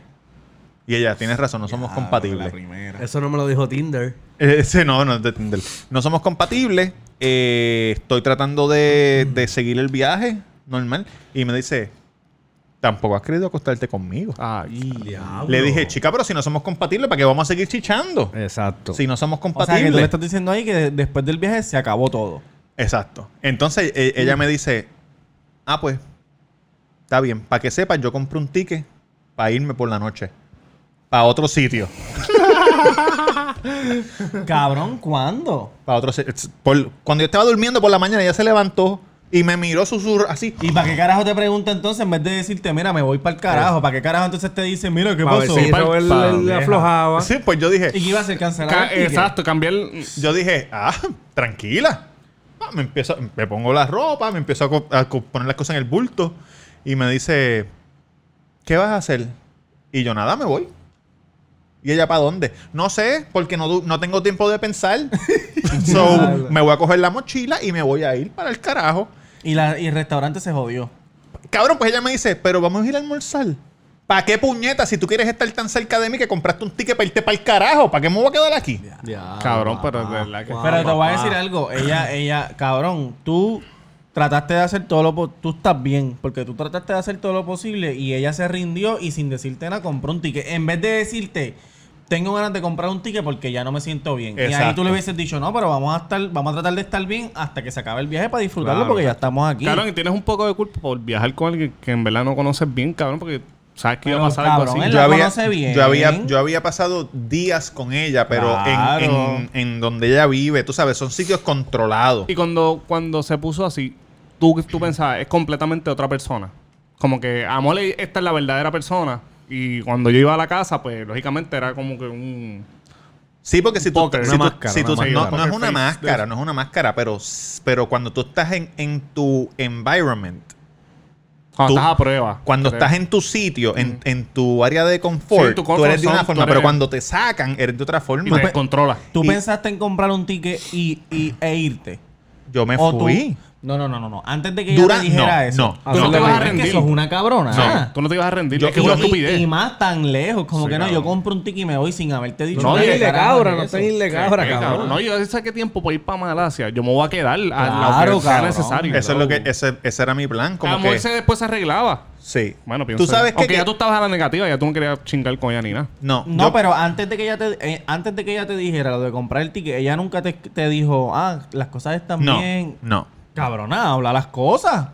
Y ella, tienes razón, no somos Ah, la compatibles. primera. Eso no me lo dijo Tinder. Eh, sí, no, no, de Tinder. No somos compatibles. eh, estoy tratando de, Mm. de seguir el viaje normal. Y me dice, tampoco has querido acostarte conmigo. Ah, y- Le dije, chica, pero si no somos compatibles, ¿para qué vamos a seguir chichando? Exacto. Si no somos O sea, que compatibles. tú le estás diciendo ahí que después del viaje se acabó todo. Exacto. Entonces e- ella me dice, ah, pues, está bien, para que sepan, yo compré un ticket para irme por la noche, para otro sitio. Cabrón, ¿cuándo? Para otro si- es- por- cuando yo estaba durmiendo por la mañana, ella se levantó y me miró susurro así. ¿Y para qué carajo te pregunta entonces en vez de decirte, mira, me voy para el carajo? ¿Para qué carajo entonces te dice, mira, qué Para ver pasó? si Pa- Robert pa- le- le deja. aflojaba. Sí, pues yo dije, ¿Y que iba a ser Ca- cancelado? el ticket? Exacto, cambiar. yo dije, ah, tranquila. Ah, me, empiezo, me pongo la ropa, me empiezo a, co- a co- poner las cosas en el bulto y me dice, ¿qué vas a hacer? Y yo nada, me voy. ¿Y ella para dónde? No sé, porque no, du- no tengo tiempo de pensar. so, me voy a coger la mochila y me voy a ir para el carajo. Y, la, y el restaurante se jodió. Cabrón, pues ella me dice, pero vamos a ir a almorzar. ¿Para qué puñeta? Si tú quieres estar tan cerca de mí que compraste un ticket para irte para el carajo, ¿para qué me voy a quedar aquí? Ah, Ya, Cabrón, papá. pero de verdad que. Ah, Pero te voy a papá. decir algo. Ella, ella, cabrón, tú trataste de hacer todo lo po- Tú estás bien, porque tú trataste de hacer todo lo posible y ella se rindió y sin decirte nada compró un ticket. En vez de decirte, tengo ganas de comprar un ticket porque ya no me siento bien. Y ahí tú Exacto. le hubieses dicho, no, pero vamos a estar, vamos a tratar de estar bien hasta que se acabe el viaje para disfrutarlo Claro. porque ya estamos aquí. Cabrón, y tienes un poco de culpa por viajar con alguien que en verdad no conoces bien, cabrón, porque sabes que iba a Pero, pasar algo cabrón, así. él la conoce bien. Yo había, yo había pasado días con ella, pero en- Claro. en, en donde ella vive, tú sabes, son sitios controlados. Y cuando, cuando se puso así, tú, tú pensabas, es completamente otra persona. Como que a lo mejor esta es la verdadera persona. Y cuando yo iba a la casa, pues lógicamente era como que un. Sí, porque si tú, Poker, si una tú- máscara, si tú- una no, no máscara. es una Poker face. máscara, no es una máscara, pero, s- pero cuando tú estás en, en tu environment, Cuando Tú- estás a prueba. cuando creo. Mm. estás en tu sitio, en, en tu área de confort, Sí, tu tú comfort eres de una zone, forma, tú eres- pero cuando te sacan, eres de otra Y forma. pues, te controlas. Tú Y- pensaste en comprar un ticket y, y- e irte. Yo me O tú- fui. No, no, no, no, no. Antes de que ella Dura- te dijera no, eso. no, tú no. te vas a No. rendir. Que sos una cabrona. Ah. Tú no te ibas a rendir. Yo- es que es una y- estupidez. Y más tan lejos, como Sí, que no, yo cabrón. compro un ticket y me voy sin haberte dicho No, No, no nada. y- irle Carajo, cabra, no eso. estén irle cabra, Sí, cabrón. cabrón. No, yo saqué tiempo para ir para Malasia. Yo me voy a quedar a Claro, lo que sea cabrón. necesario. Eso es lo que, ese, ese era mi plan. Como Como que, después se arreglaba. sí. Bueno, pienso. Tú sabes que, Aunque ya tú estabas a la negativa, ya tú no querías chingar con ella ni nada. No, No, yo- pero antes de que ella te eh, antes de que ella te dijera lo de comprar el ticket, ella nunca te, te dijo, ah, las cosas están no, bien. no. Cabrona, habla las cosas.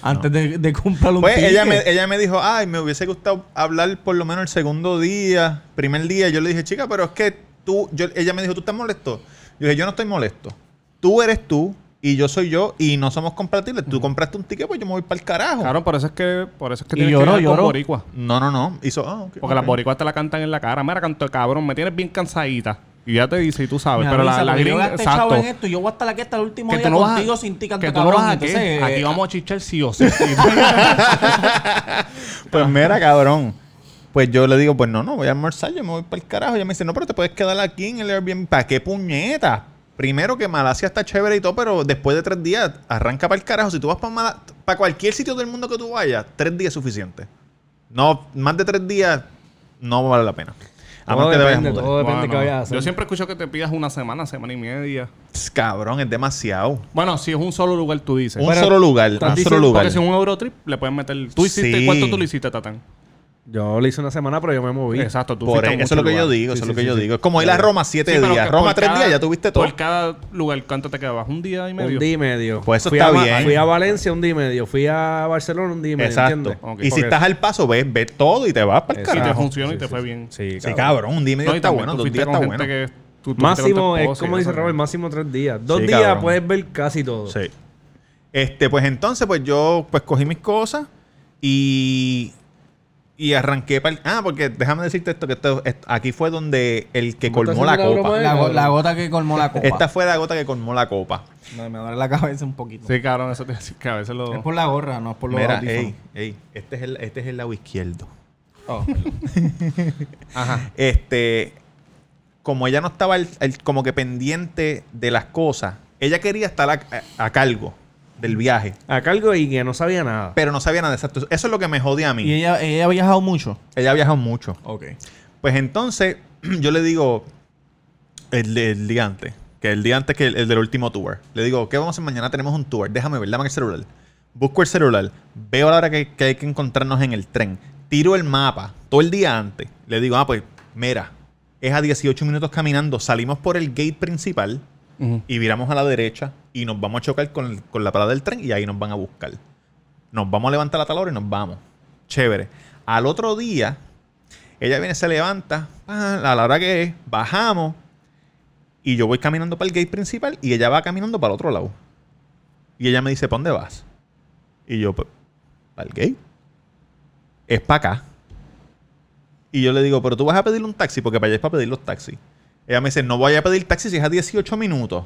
Antes de, de comprar un Pues ticket. ella me, ella me dijo, ay, me hubiese gustado hablar por lo menos el segundo día, primer día. Yo le dije, chica, pero es que tú, yo, ella me dijo, ¿tú estás molesto? Yo dije, yo no estoy molesto. Tú eres tú y yo soy yo y no somos compatibles. Tú compraste un ticket, pues yo me voy para el carajo. Claro, por eso es que, por eso es que Y tienes lloró, que viajar con lloró. boricua. No, no, no. Hizo, ah, ok, Porque ok. las boricuas te la cantan en la cara. Mira, canto de cabrón, me tienes bien cansadita. Y ya te dice, y tú sabes. Me pero la, avisa, la porque yo gringa- gasté chavo exacto. en esto y yo voy hasta la que hasta el último Que día tú no vas contigo a, sin ti, que canto tú no cabrón. vas a Entonces, qué. eh, Aquí vamos a chichar sí o sí. Pues mira, cabrón. Pues yo le digo, pues no, no, voy a almorzar, yo me voy para el carajo. Ella me dice, no, pero te puedes quedar aquí en el Airbnb. ¿Para qué puñeta? Primero que Malasia está chévere y todo, pero después de tres días arranca para el carajo. Si tú vas para para cualquier sitio del mundo que tú vayas, tres días es suficiente. No, más de tres días no vale la pena. A Todo menos que te vayas a depende, mudar. todo depende de qué Bueno, vayas a hacer. Yo siempre escucho que te pidas una semana, semana y media. Pss, Cabrón, es demasiado. Bueno, si es un solo lugar, tú dices. Un Pero solo lugar, estás un diciendo solo lugar. Porque si es un Eurotrip, le puedes meter. Tú hiciste, Sí. ¿cuánto tú le hiciste, Tatán? Yo le hice una semana, pero yo me moví. Exacto, tú Por fuiste a eso es muchos lo que yo lugares. digo, Sí, eso es lo sí, que sí, yo sí. digo. Es como ir a Roma siete Sí, pero días. que Roma por tres cada- días, ya tuviste todo. Por cada lugar, ¿cuánto te quedabas? ¿Un día y medio? Un día y medio. Pues eso Fui está a Ma- bien. Fui a Valencia un día y medio. Fui a Barcelona un día y medio. Exacto. ¿entiendes? Ok. Y si Porque- estás al paso, ves, ves todo y te vas para el Y Exacto. te carajo. funcionó y te fue bien. Sí, Sí, cabrón, un día y medio No, y está también bueno, tú dos fuiste días con está bueno. gente que tú- tú Máximo, fuiste con tu es esposa y como dice eso. Robert, máximo tres días. Dos Sí, días cabrón. puedes ver casi todo. Sí. Este, pues entonces, pues yo pues cogí mis cosas y, y arranqué para Ah, porque déjame decirte esto, que esto, esto- aquí fue donde el que ¿Cómo colmó estás la haciendo la copa. broma? eh, la, go- la gota que colmó la copa. Esta fue la gota que colmó la copa. No, me duele la cabeza un poquito. Sí, cabrón, eso te decía que a veces lo. Es por la gorra, no es por los Mira, audífonos. ey, ey, este es el, este es el lado izquierdo. Oh. Ajá. Este, como ella no estaba al- al- como que pendiente de las cosas, ella quería estar a- a- a cargo del viaje. A cargo y que no sabía nada. Pero no sabía nada exacto. Eso es lo que me jodía a mí. Y ella, ella ha viajado mucho. Ella ha viajado mucho. Ok. Pues entonces, yo le digo el, de- el día antes, que el día antes que el, el del último tour. Le digo, ¿qué vamos a hacer mañana? Tenemos un tour. Déjame ver, dame el celular. Busco el celular, veo la hora que, que hay que encontrarnos en el tren. Tiro el mapa todo el día antes. Le digo, ah, pues, mira, es a 18 minutos caminando. Salimos por el gate principal Ujú. y viramos a la derecha. y nos vamos a chocar con, el- con la parada del tren y ahí nos van a buscar. Nos vamos a levantar la talabra y nos vamos. Chévere. Al otro día, ella viene, se levanta, pan, a la hora que es, bajamos y yo voy caminando para el gate principal y ella va caminando para el otro lado. Y ella me dice, ¿para dónde vas? Y yo, "Pa- ¿para el gate? Es para acá. Y yo le digo, pero tú vas a pedirle un taxi porque para allá es para pedir los taxis. Ella me dice, no voy a pedir taxi si es a 18 minutos.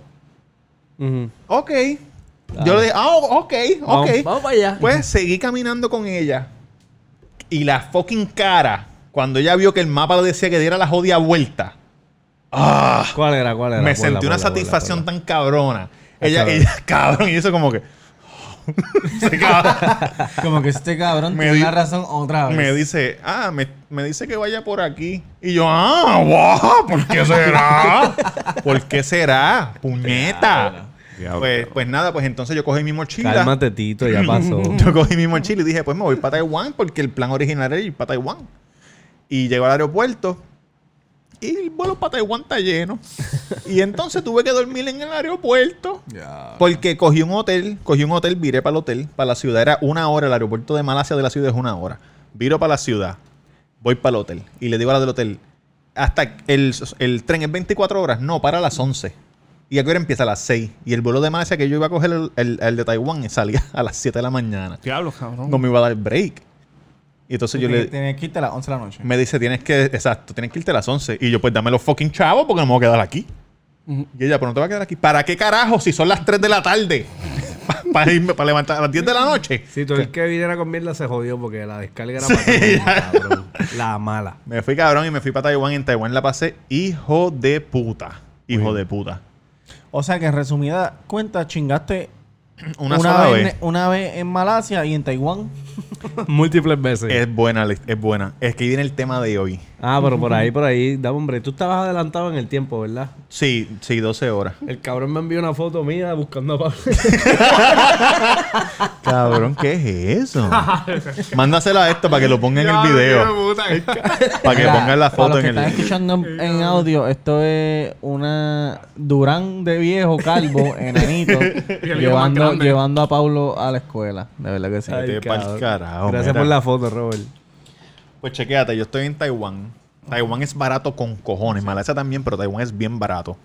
Ujú. Ok. Yo le dije, ah, oh, ok, ok. Vamos, vamos para allá. Pues seguí caminando con ella. Y la fucking cara, cuando ella vio que el mapa le decía que diera la jodida vuelta, ¿Cuál era? ¿Cuál era? me Ponla, sentí una ponla, ponla, satisfacción ponla. tan cabrona. Ella, Cabrón. ella, cabrón, y eso como que. Se acaba. Como que este cabrón Me tiene di- una razón otra vez. me dice, ah, me, me dice que vaya por aquí. Y yo, ah, guau, ¿por qué será? ¿Por qué será? Puñeta. Diablo. Pues, pues nada, pues entonces yo cogí mi mochila. Cálmate, Tito, Mm. ya pasó. Yo cogí mi mochila y dije, pues me voy para Taiwán porque el plan original era ir para Taiwán. Y llego al aeropuerto y el vuelo para Taiwán está lleno. Y entonces tuve que dormir en el aeropuerto Ya. porque cogí un hotel, cogí un hotel, viré para el hotel, para la ciudad. Era una hora, el aeropuerto de Malasia de la ciudad es una hora. Viro para la ciudad, voy para el hotel y le digo a la del hotel, hasta el, el tren es 24 horas, no, para las 11. Y ahora empieza a las 6. Y el vuelo de Malasia que yo iba a coger, el, el- el de Taiwán, salía a las 7 de la mañana. Diablo, cabrón. No me iba a dar break. Y entonces yo le... Tienes que irte a las 11 de la noche. Me dice, tienes que, exacto, tienes que irte a las 11. Y yo, pues dame los fucking chavos porque no me voy a quedar aquí. Y ella, pero no te vas a quedar aquí. ¿Para qué carajo si son las 3 de la tarde? para irme, para levantar a las 10 de la noche. Si todo el que viniera con mierda se jodió porque la descarga era para todo el mundo, cabrón. La mala. Me fui cabrón y me fui para Taiwán. En Taiwán la pasé hijo de puta. Hijo de puta. O sea que en resumida cuenta, chingaste Una, sola vez. en- una vez en Malasia y en Taiwán. Múltiples veces. Es buena, Alex, es buena. Es que viene el tema de hoy. Ah, pero por ahí, por ahí. Dame, hombre. Tú estabas adelantado en el tiempo, ¿verdad? Sí, sí, 12 horas. El cabrón me envió una foto mía buscando a Pablo. Cabrón, ¿qué es eso? Mándasela a esto para que lo ponga en el video. Para que Mira, pongan para la foto los que en están el video. escuchando en, en audio, esto es una Durán de viejo, calvo, enanito, el hijo más llevando, grande. llevando a Pablo a la escuela. De verdad que sí. Ay, Vete pa'l cabrón. carajo, Gracias mira. por la foto, Robert. Pues chequéate, yo estoy en Taiwán. Taiwán es barato con cojones. Malasia también, pero Taiwán es bien barato.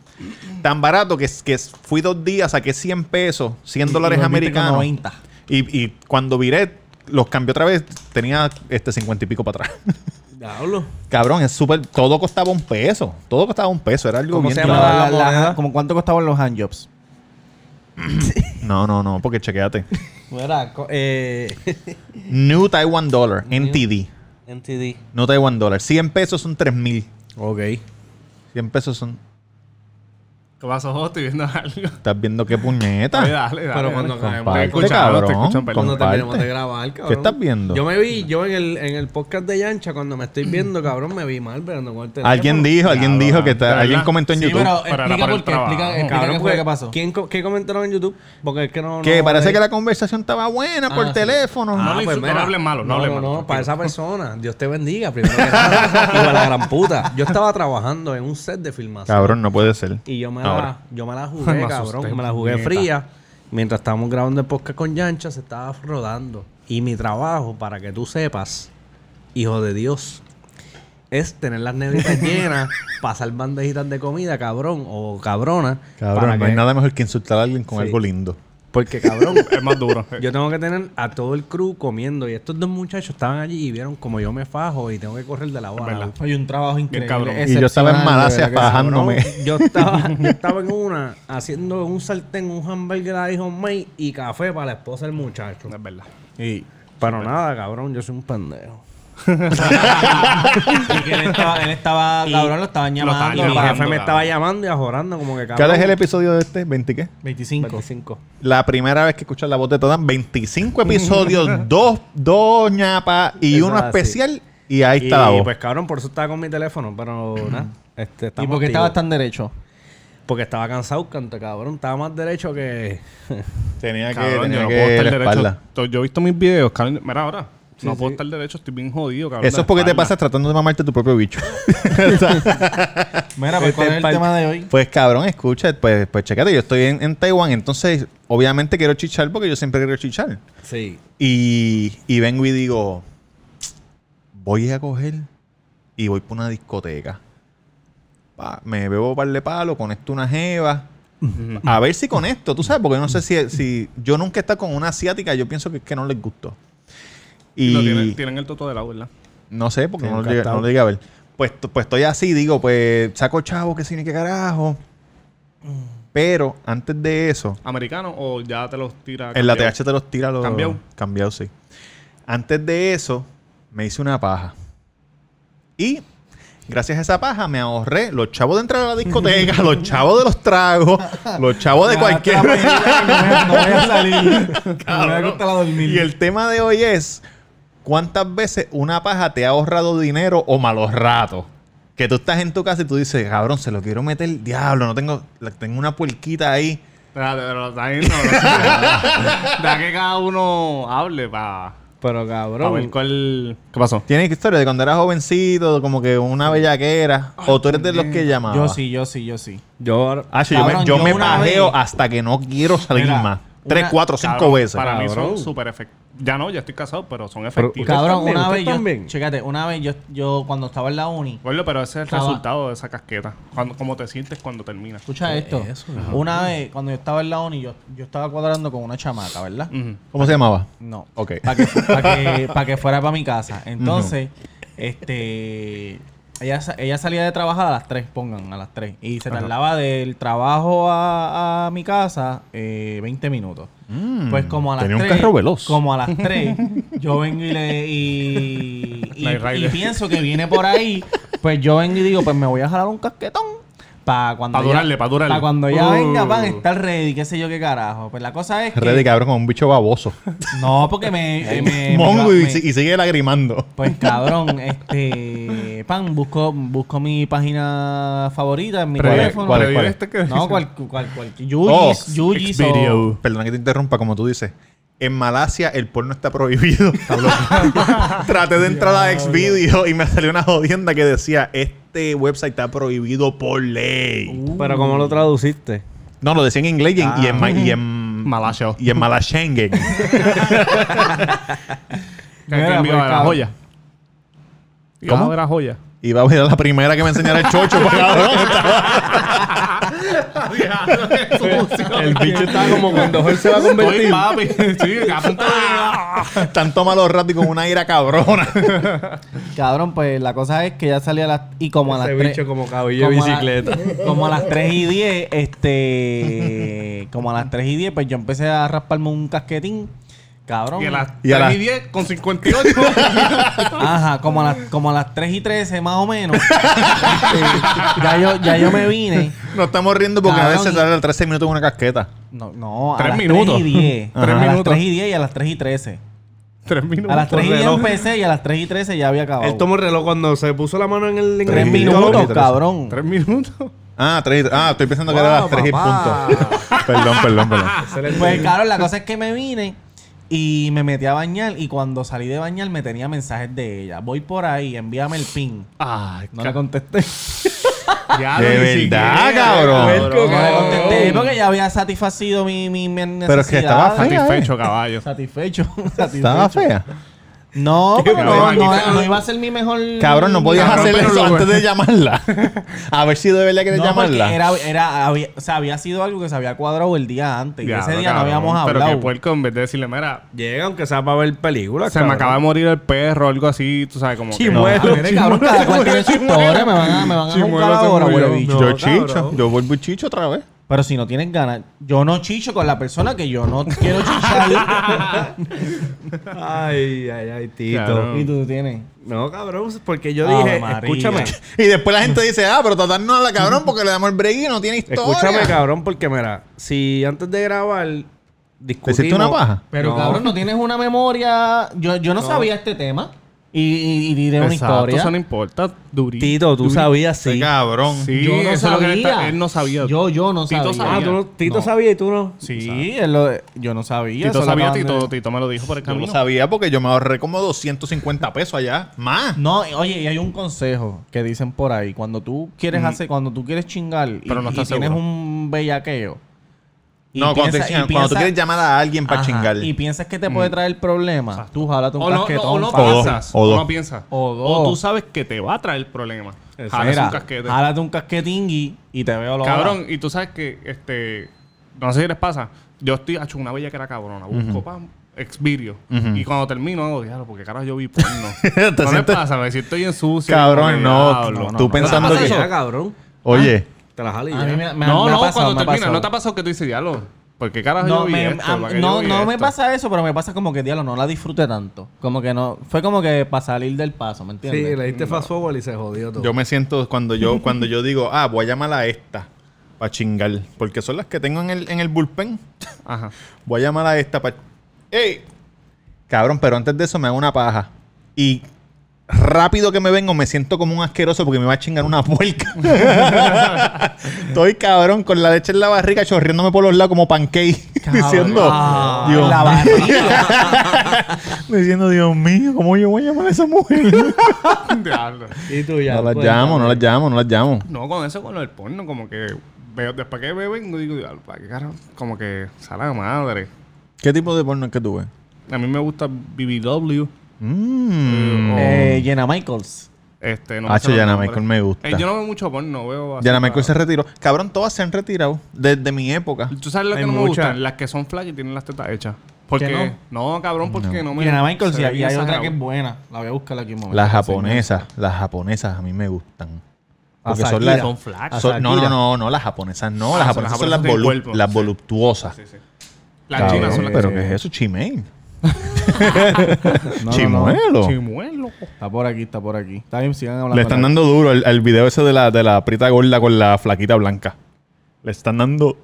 Tan barato que, que fui dos días, saqué 100 pesos, 100 dólares Volviste con americanos. 90. Y, y cuando viré, los cambié otra vez, tenía este 50 y pico para atrás. Diablo. Cabrón, es súper. Todo costaba un peso. Todo costaba un peso. Era algo ¿Cómo bien se llama raro. la, la moneda? la- como cuánto costaban los handjobs? No, no, no, porque chequéate. Mira, co- eh, New Taiwan Dollar, NTD. NTD. New Taiwan Dollar. 100 pesos son 3 mil. Ok. 100 pesos son. ¿Qué pasó, José? Estoy viendo algo. ¿Estás viendo qué puñeta? Dale, dale, dale. Pero cuando acabemos Comparte, de escuchar- este cabrón, te escuchan, perdón. cuando comparte. terminemos de grabar, cabrón. estás viendo? Yo me vi, yo en el, en el podcast de Yancha, cuando me estoy viendo, cabrón, me vi mal, pero no con el teléfono. Alguien dijo, alguien Cabrón, dijo que de está, verdad. alguien comentó en Sí, YouTube. pero- Para- para el trabajo. Ah, Cabrón, qué fue porque- que pasó. ¿quién co- ¿Qué comentaron en YouTube? Porque es que no. que no- parece eh, que la conversación estaba buena por sí. teléfono. Ah, No, le insultes, no hables malo, no hables malo, No, tranquilo. para esa persona. Dios te bendiga, primero que nada. Hijo de la gran puta. Yo estaba trabajando en un set de filmación. Cabrón, no puede ser. Y yo me, Ahora. la, yo me la jugué, Me asusté, cabrón. Me la jugué puñeta. fría. Mientras estábamos grabando el podcast con Yancha, se estaba rodando. Y mi trabajo, para que tú sepas, hijo de Dios, es tener las negritas llenas, pasar bandejitas de comida, cabrón, o cabrona. para Cabrón, no hay que- nada mejor que insultar a alguien con Sí. algo lindo. Porque, cabrón, Es más duro. yo tengo que tener a todo el crew comiendo. Y estos dos muchachos estaban allí y vieron como yo me fajo y tengo que correr de la verdad. bola. Hay un trabajo increíble. cabrón. Y yo estaba en excepcional, Malasia de verdad que sí. fajando. Cabrón, Dándome. Yo estaba, yo estaba en una haciendo un sartén, un hamburger ahí homemade y café para la esposa del muchacho. Es verdad. Y, pero nada, cabrón, yo soy un pendejo. Y que él estaba, él estaba Y- cabrón, lo estaban lo estaban Y llamando. mi llamando. para- jefe me cabrón. estaba llamando y ajorando como que ¿Cuál cabrón. es el episodio de este? ¿20 qué? 25. 25. La primera vez que escuchas la voz de Todán, 25 episodios, dos, dos ñapas y Eso uno es así. especial. Y ahí está la Y voz. pues cabrón, por eso estaba con mi teléfono, pero nada. ¿Y Este, estamos por qué estabas activos. tan derecho? Porque estaba cansado, canto, cabrón. Estaba más derecho que... tenía que, Cabrón, tenía yo no que puedo estar la espalda. derecho. Yo he visto mis videos, cabrón. Mira ahora. no puedo estar derecho, estoy bien jodido, cabrón. Eso es porque te pasas tratando de mamarte tu propio bicho. Mira, pues, ¿cuál es el Este tema par- de hoy? Pues cabrón, escucha, pues, pues chécate, yo estoy en, en Taiwán, entonces obviamente quiero chichar porque yo siempre quiero chichar. Sí. Y, y vengo y digo, voy a coger y voy por una discoteca. Pa, me bebo un par de palos, conecto una jeva. A ver si conecto, tú sabes, porque no sé si, si yo nunca he estado con una asiática, yo pienso que es que no les gustó. Y No, tienen, tienen el toto de la ¿verdad? no sé, porque Sí, no lo, encantado. llegué, no lo llegué a ver. Pues, t- pues estoy así, digo, pues saco chavo, que sí, ni qué carajo. Pero antes de eso, ¿Americano o ya te los tira? en la cambiado? TH te los tira los. Cambiado. Cambiado, sí. Antes de eso, me hice una paja. Y gracias a esa paja me ahorré los chavos de entrar a la discoteca, los chavos de los tragos, los chavos de Ya, cualquier. otra película que No voy a- no voy a salir. No voy a acostar a dormir. Y el tema de hoy es cuántas veces una paja te ha ahorrado dinero o malos ratos. Que tú estás en tu casa y tú dices, cabrón, se lo quiero meter, diablo, no tengo, la- tengo una puerquita ahí. Espérate, pero está ahí, no, no. Deja que cada uno hable para Pero pa cabrón. ver cuál... ¿Qué pasó? Tienes historia de cuando eras jovencito, como que una bellaquera, o tú eres de los que llamaba. Yo sí, yo sí, yo sí. Yo ahora- Ah, sí, yo me, Cabrón, yo yo me una pajeo vez- hasta que no quiero salir Mira, más. una- Tres, cuatro, cinco Cabrón, veces. Para mí son Cabrón. súper efectivos. Ya no, ya estoy casado, pero son Pero- efectivos. Ca- Cabrón, también, una usted vez yo. también. Chécate, una vez yo, yo cuando estaba en la uni. Gordo, pero ese es el Estaba- resultado de esa casqueta. Cuando, cómo te sientes cuando terminas. Escucha ¿Qué esto. es eso? una vez, cuando yo estaba en la uni, yo, yo estaba cuadrando con una chamaca, ¿verdad? Ujú. ¿Cómo se llamaba? No. Ok. Para que, pa' que- pa' que fuera para mi casa. Entonces, este. Ella, sa- ella salía de trabajar a las 3, pongan, a las 3. Y se tardaba del trabajo a, a mi casa eh, 20 minutos. Pues como a las Mm. Tenía un 3. carro veloz. Como a las 3, yo vengo y le. Y, y- Knight Rider. y pienso que viene por ahí. Pues yo vengo y digo, pues me voy a jalar un casquetón. Para cuando. Pa' ella- durarle, pa' durarle. pa' cuando ella Uh. venga, van a estar ready, qué sé yo qué carajo. Pues la cosa es. que- Ready, cabrón, con un bicho baboso. no, porque me. eh, me- me- Mongo y, me- si- y sigue lagrimando. Pues cabrón, este. Pan, busco, busco mi página favorita en mi Pero, teléfono. ¿cuál es? este No, cual, cual, cual. Yugis, Oh, Yugis o. Xvideo. Perdona que te interrumpa, como tú dices. En Malasia el porno está prohibido. Traté de entrar a Xvideo y me salió una jodienda que decía, este website está prohibido por ley. Uh, Pero ¿cómo lo traduciste? No, lo decía en inglés y en, y en, ma- y en- Malacho. y en Malaschengen. ¿Qué Mira, envió pues, a la cabrón. joya? ¿Cómo? ¿Cómo? era joya? Iba a ver la primera que me enseñara el chocho. pues, cabrón. El bicho está como cuando Jorge se va a Oye, convertir. papi. Sí, apúntame. Tanto malo rato y con una ira cabrona. Cabrón, pues la cosa es que ya salía a las. Y como a las Ese 3. bicho como caballo de bicicleta. como a las 3 y 10, este. Como a las 3 y 10, pues yo empecé a rasparme un casquetín. Cabrón. Y a las Y a 3 las- y 10 con 58. Ajá, como a, las, como a las 3 y 13 más o menos. Este, ya, yo, ya yo me vine. Nos estamos riendo porque a Cabrón, veces y- sale a 13 minutos en una casqueta. No, no, a Tres las minutos. 3 y 10. Tres a las minutos. 3 y 10 y a las 3 y 13. 3 minutos. A las 3 y 10 reloj. empecé y a las 3 y 13 ya había acabado. Él tomó el reloj cuando se puso la mano en el... en Tres 3 el- minutos, minutos, tres. cabrón. 3 minutos. Ah, tres, y- ah estoy pensando que era las Wow, 3 y papá. punto. perdón, perdón, perdón. Excelente. Pues claro, la cosa es que me vine y me metí a bañar y cuando salí de bañar me tenía mensajes de ella. Voy por ahí, envíame el pin. Ay, No le contesté. Ya, De ni verdad, siquiera, cabrón. No le Oh. contesté porque ya había satisfacido mi, mi, mi necesidad. Pero es que estaba fea, Satisfecho, caballo. Satisfecho. Estaba satisfecho. fea. No, pero no, cabrón, no, cabrón. no iba a ser mi mejor. Cabrón, no podías Cabrón, hacer pero eso lo- antes de llamarla. a ver si de verdad quieres No, porque llamarla. era, era, había, o sea, había sido algo que se había cuadrado el día antes. Y Ya, ese día cabrón. no habíamos Pero que hablado. puerco, en vez de decirle, mira, Llega aunque sea para ver Ah, películas, se me acaba de morir el perro o algo así, tú sabes, como que- Chimuelo. Ah, mire, cabrón, cada cual tiene su historia. Me van a, me van a Chimuelo juzgar se ahora, murió. huele bicho. No, Yo cabrón. chicho. Yo vuelvo y chicho otra vez. Pero si no tienen ganas, yo no chicho con la persona que yo no quiero chichar. Ay, ay, ay, Tito. Claro. y tú tienes. No, cabrón, porque yo Ave dije, María. escúchame. Y después la gente dice, ah, pero tratarnos a la cabrón porque le damos el break y no tiene historia. Escúchame, cabrón, porque mira, si antes de grabar ¿Te discutimos... hiciste una paja? Pero No. cabrón, no tienes una memoria. Yo, yo no, sabía este tema. y, y, y diré una Exacto, historia. Eso no importa. Durísimo. Tito, tú sabías, Qué sí. cabrón. Sí, yo no eso es lo que sabía. él, está- él no sabía. Yo, yo no Tito sabía. sabía. Ah, tú no- Tito No. sabía y tú no. Sí, él lo- yo no sabía. Tito eso lo sabía, acaban de- Tito, Tito me lo dijo por el Yo camino. lo sabía porque yo me ahorré como 250 pesos allá. Más. No, y- oye, y hay un consejo que dicen por ahí. Cuando tú Mm. quieres hacer, cuando tú quieres chingar y, Pero no y estás tienes seguro. un bellaqueo. y no, cuando, te- piensa- y cuando tú piensa- quieres llamar a alguien para ajá, chingar. Mm. Y piensas que te puede traer problemas. Tú jálate un O no, no, casquetón. o no fácil. dos, piensas. o O, dos. no piensas. O dos. tú sabes que te va a traer problemas. Mira, Jalas un casquete. Jálate un casquetín y, y te veo lo Cabrón, y tú sabes que, este, no sé si les pasa, yo estoy hecho una bella que era cabrona, busco pam, expirio. Y cuando termino, hago, diablo, porque carajo yo vi porno. Te no me sientes- pasa, me siento bien sucio. como que, Cabrón, no. diablo. Tú ¿No te pensando pasa que. eso? Ya, cabrón. Oye. Te la jala y A mí ya. me, me- no, me ha no, pasado, cuando me ha termina, no te pasado. ha pasado que tú dices, diablo, porque carajo No, yo vi me, esto? a- ¿Para qué no, yo vi no me esto?" pasa eso, pero me pasa como que, diablo, no la disfruté tanto. Como que no... Fue como que para salir del paso, ¿me entiendes? Ah, Sí, le diste fast forward y se jodió todo. Yo me siento cuando yo cuando yo digo, ah, voy a llamar a esta para chingar, porque son las que tengo en el, en el bullpen. Ajá. Voy a llamar a esta para... ¡Ey! Cabrón, pero antes de eso me hago una paja. Y rápido que me vengo me siento como un asqueroso porque me va a chingar una puerca. Estoy cabrón con la leche en la barriga chorriéndome por los lados como pancake. diciendo... Ah, Dios la mío". barriga. Diciendo, Dios mío, ¿cómo yo voy a llamar a esa mujer? Diablo. Y tú ya. no las pues, llamo, no las llamo, no las llamo. No, con eso, con lo del porno, como que veo, después que beben, digo, diablo, ¿para qué carajo? Como que, sala madre. ¿Qué tipo de porno es que tuve? A mí me gusta BBW. Mmm. Eh, Jenna Michaels. Este, no Hacho, sé los Yana nombres. Michael me gusta. Eh, yo no veo mucho porno, veo así Yana Michael se para- retiró. Cabrón, todas se han retirado desde mi época. ¿Tú sabes las que Hay no me muchas. gustan? Las que son flacas y tienen las tetas hechas. Porque no? cabrón, porque no, me Jenna Michaels se y, ve y bien hay otra exagerado. que es buena. La voy a buscar aquí un momento. Las japonesas, las japonesas a mí me gustan. Porque son las. Son flacas. son- no, no, no, no, las japonesas no. Ah, las son las japonesas son las, japonesas sin volu- cuerpo. las Sí. voluptuosas. Sí, sí. Las Cabrón, chinas son las que pero son- ¿qué es eso? Chimén. No, no, no. Chimuelo. Chimuelo. Está por aquí, está por aquí. Está bien, sigan hablando. Le están dando duro el, video ese de la, de la prita gorda con la flaquita blanca. Le están dando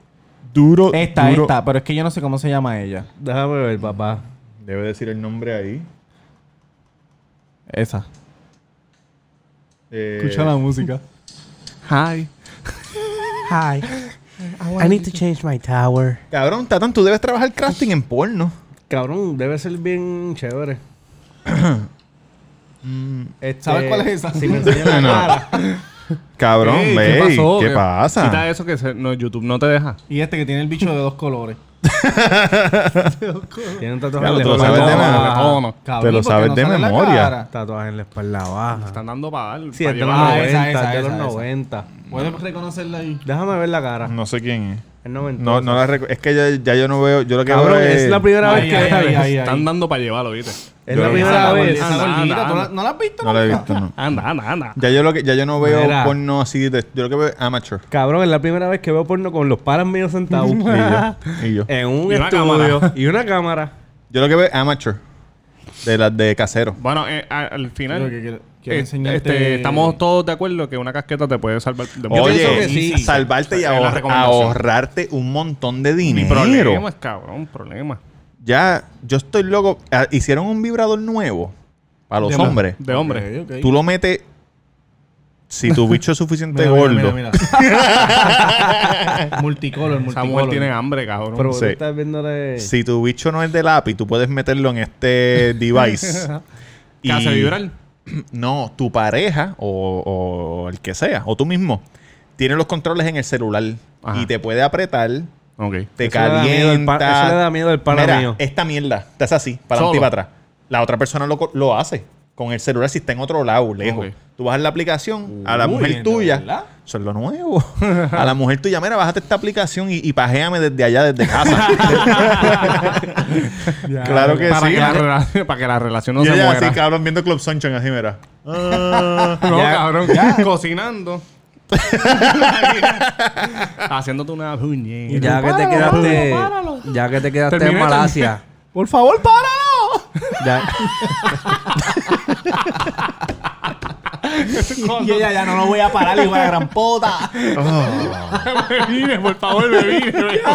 duro. Esta, esta, pero es que yo no sé cómo se llama ella. Déjame ver, papá. Debe decir el nombre ahí. Esa. Eh, Escucha la música. Hi. Hi. I need to change my tower. Cabrón, Tatán, tú debes trabajar crafting en porno. Cabrón, debe ser bien chévere. Este, ¿Sabes cuál es esa? Si me enseñas la No. cara. Cabrón, Ey, ve, ¿qué, ¿Qué- pasa? Quita eso que se- no, YouTube no te deja. Y este que tiene el bicho de dos colores. Tiene Claro, un tatuaje, en te la lo espalda sabes de baja. nada. Cabrón, lo ¿por qué sabes de sale la memoria. cara? Tatuaje en la espalda Me baja. Están dando para dar. Sí, pa' es de los llevar. Ah, esa, 90. esa, es de esa, los esa. 90. Puedes reconocerla ahí. Déjame ver la cara. No sé quién es. Es 90. No, no la recu- Es que ya, ya yo no veo. Yo lo que Cabrón, veo es. es la primera Ahí, vez que ahí, la ahí, ves. ahí. Están dando para llevarlo, ¿viste? Es la Yo- primera Esa vez. gordita, esa Anda, gordita, anda, ¿tú la- anda. ¿No la has visto? No la he nunca? visto, no. Anda, anda, anda. Ya yo, lo que, ya yo no veo Mira. porno así. De, yo lo que veo es amateur. Cabrón, es la primera vez que veo porno con los paras míos sentados. Y yo. y yo. Eh. en un Y una estudio cámara. y una cámara. Yo lo que veo es amateur. De las de casero. Bueno, eh, a- al final. Creo que quiero- quiero eh, enseñarte- este, estamos todos de acuerdo que una casqueta te puede salvar de pienso Oye, que sí. salvarte y Esa es la ahor- recomendación. ahorrarte un montón de Mi dinero. problema es cabrón, problema. Ya, yo estoy loco. Ah, Hicieron un vibrador nuevo para los de hombres. De hombres. Ok, ok. Tú lo metes. Si tu bicho es suficiente Mira, gordo. mira, mira, mira. multicolor, Samuel multicolor. tiene hambre, cabrón. Pero Sí. tú estás viéndole. Si tu bicho no es de lápiz, tú puedes meterlo en este device. ¿Qué hace vibrar? No, tu pareja o, o el que sea, o tú mismo, tiene los controles en el celular Ajá. y te puede apretar, Ok. te Eso le da miedo al calienta. pa- eso le da miedo al pana Mira, mío. esta mierda, te hace así, para Solo. adelante y para atrás. La otra persona lo, co- lo hace con el celular si está en otro lado, lejos. Ok. Tú bajas la aplicación a la Uy, mujer ¿de tuya. verdad? Eso es lo nuevo. A la mujer tuya, mira, bájate esta aplicación y, y pajéame desde allá, desde casa. claro que para, sí. que la rela- para que la relación no y se ella muera. así, cabrón, viendo Club Sunshine, así, mira. Ah. no, cabrón. Cocinando. Haciéndote una puñeta. Ya que te quedaste. Ya que te quedaste Terminé en también. Malasia. Por favor, páralo. Ya, Y ella ya no lo voy a parar, hijo de la gran puta. Oh, me vine, por favor, me vine. me-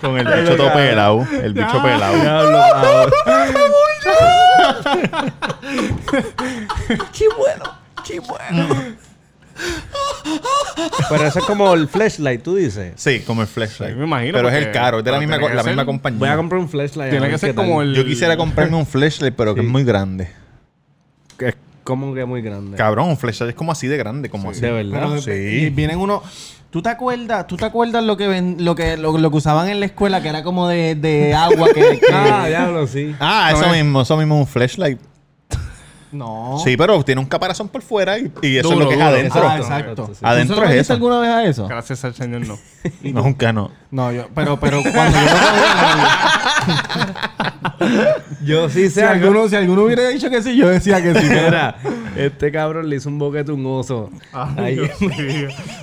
Con el bicho todo pelado. El bicho pelado. Diablo, cabrón. ¡Qué bueno! ¡Qué bueno! Pero eso es como el flashlight, tú dices. Sí, como el flashlight. Sí, me imagino, Pero es el porque- caro, es de la pero misma, tiene co- que la ser- misma compañía. Voy a comprar un flashlight. a Tiene ver que qué ser tal. como el. Yo quisiera comprarme un flashlight, pero que es muy grande. Que es como que muy grande. Cabrón, un flashlight es como así de grande, como así. De verdad. Pero Sí. y vienen unos. ¿Tú te acuerdas? ¿Tú te acuerdas lo que ven- lo que lo, lo que usaban en la escuela que era como de, de agua que, que- Ah, diablo, sí. Ah, eso mismo, eso mismo es un flashlight. No. Sí, pero tiene un caparazón por fuera y, y eso Duro, es lo que duro. es adentro. Ah, exacto. Sí. Adentro ¿Tú se es lo eso. metiste alguna vez a eso? Gracias al Señor, no. Nunca no. No, yo, pero pero cuando yo lo cogí, Yo sí si sé algo. alguno si alguno hubiera dicho que sí, yo decía que sí. pero- Mira, este cabrón le hizo un boquete a un oso. Ahí.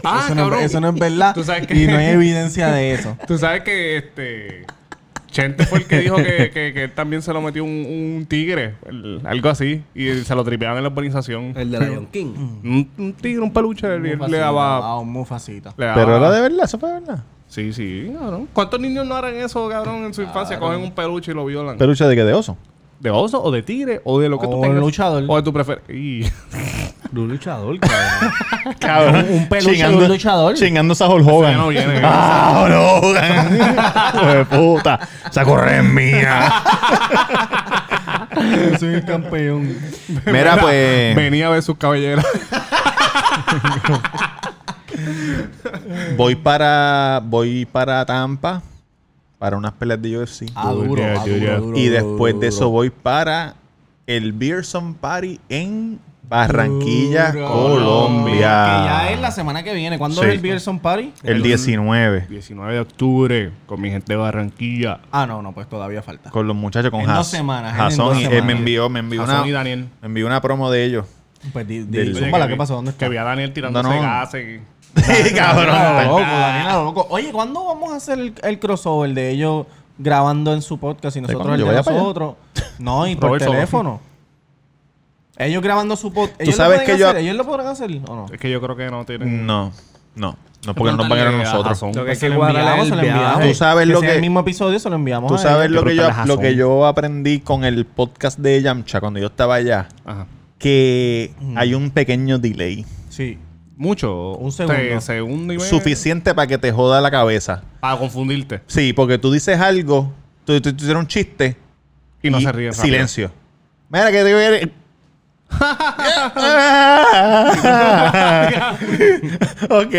Ah, eso, no, cabrón. es- eso no es verdad Tú sabes que- y no hay evidencia de eso. Tú sabes que este. Chente fue el que dijo que, que- que él también se lo metió un, un tigre, el- algo así, y se lo tripeaban en la urbanización. Eh. El de Lion King. Un, un tigre, un peluche, él- él le daba. a un mufacita. le daba- Pero era de verdad, eso fue de verdad. Sí, sí, cabrón. ¿Cuántos niños no harán eso, cabrón, en su infancia? Cogen un peluche y lo violan. Peluche de que de oso. ¿De oso o de tigre? O de lo que O tú un tengas. luchador. O de tu preferencia. Un luchador, cabrón. Cabrón, Un peluche de un luchador. Chingándose a Hulk Hogan. no viene. ah, Hulk Hogan. Hijo de puta. Esa correa es mía. Yo soy el campeón. Mira, pues. Venía a ver sus cabelleras. Voy para. Voy para Tampa. Para unas peleas de UFC. Ah, duro, ah, Yeah, yeah. duro, duro, y duro, después duro, de eso duro. voy para el Beerson Party en Barranquilla, Duro. Oh, Que Colombia. ya es la semana que viene. ¿Cuándo Sí. es el Beerson Party? El 19. 19 de octubre, con mi gente de Barranquilla. Ah, no, no, pues todavía falta. Con los muchachos, con En dos Jas- semanas, en Jason dos y- él semanas. me envió, me envió Jason una, y Daniel. me envió una promo de ellos. Pues di, di- Del- Oye, zúmbala, que ¿qué vi- pasó? ¿Dónde está? Que vi a Daniel tirándose No, no. gases. y- Sí, cabrón. Daniela, loco, Daniela, loco. Oye, ¿cuándo vamos a hacer el, el crossover de ellos grabando en su podcast y nosotros cuando el yo de vaya para allá. nosotros? No, y por Robert Solo. teléfono. Ellos grabando su podcast. ¿Ellos sabes lo que pueden yo- hacer? ¿Ellos lo podrán hacer o no? Es que yo creo que no Mm. tienen. No, no, no, porque no nos van a ir a Pregúntale nosotros. Jason. Lo que hay Se que lo guardar enviamos, es se el lo viaje. enviamos. Tú sabes Que lo sea que- el mismo episodio se lo enviamos. Tú a sabes ellos. lo que, yo, Pregúntale a lo Jason. que yo aprendí con el podcast de Yamcha cuando yo estaba allá, Ajá. que hay un pequeño delay. Mm. Sí. Mucho. Un segundo. Te- segundo y medio. Suficiente para que te joda la cabeza. Para confundirte. Sí, porque tú dices algo, tú, tú, tú hicieron un chiste Y no se ríe. Silencio. Mira que te voy ok.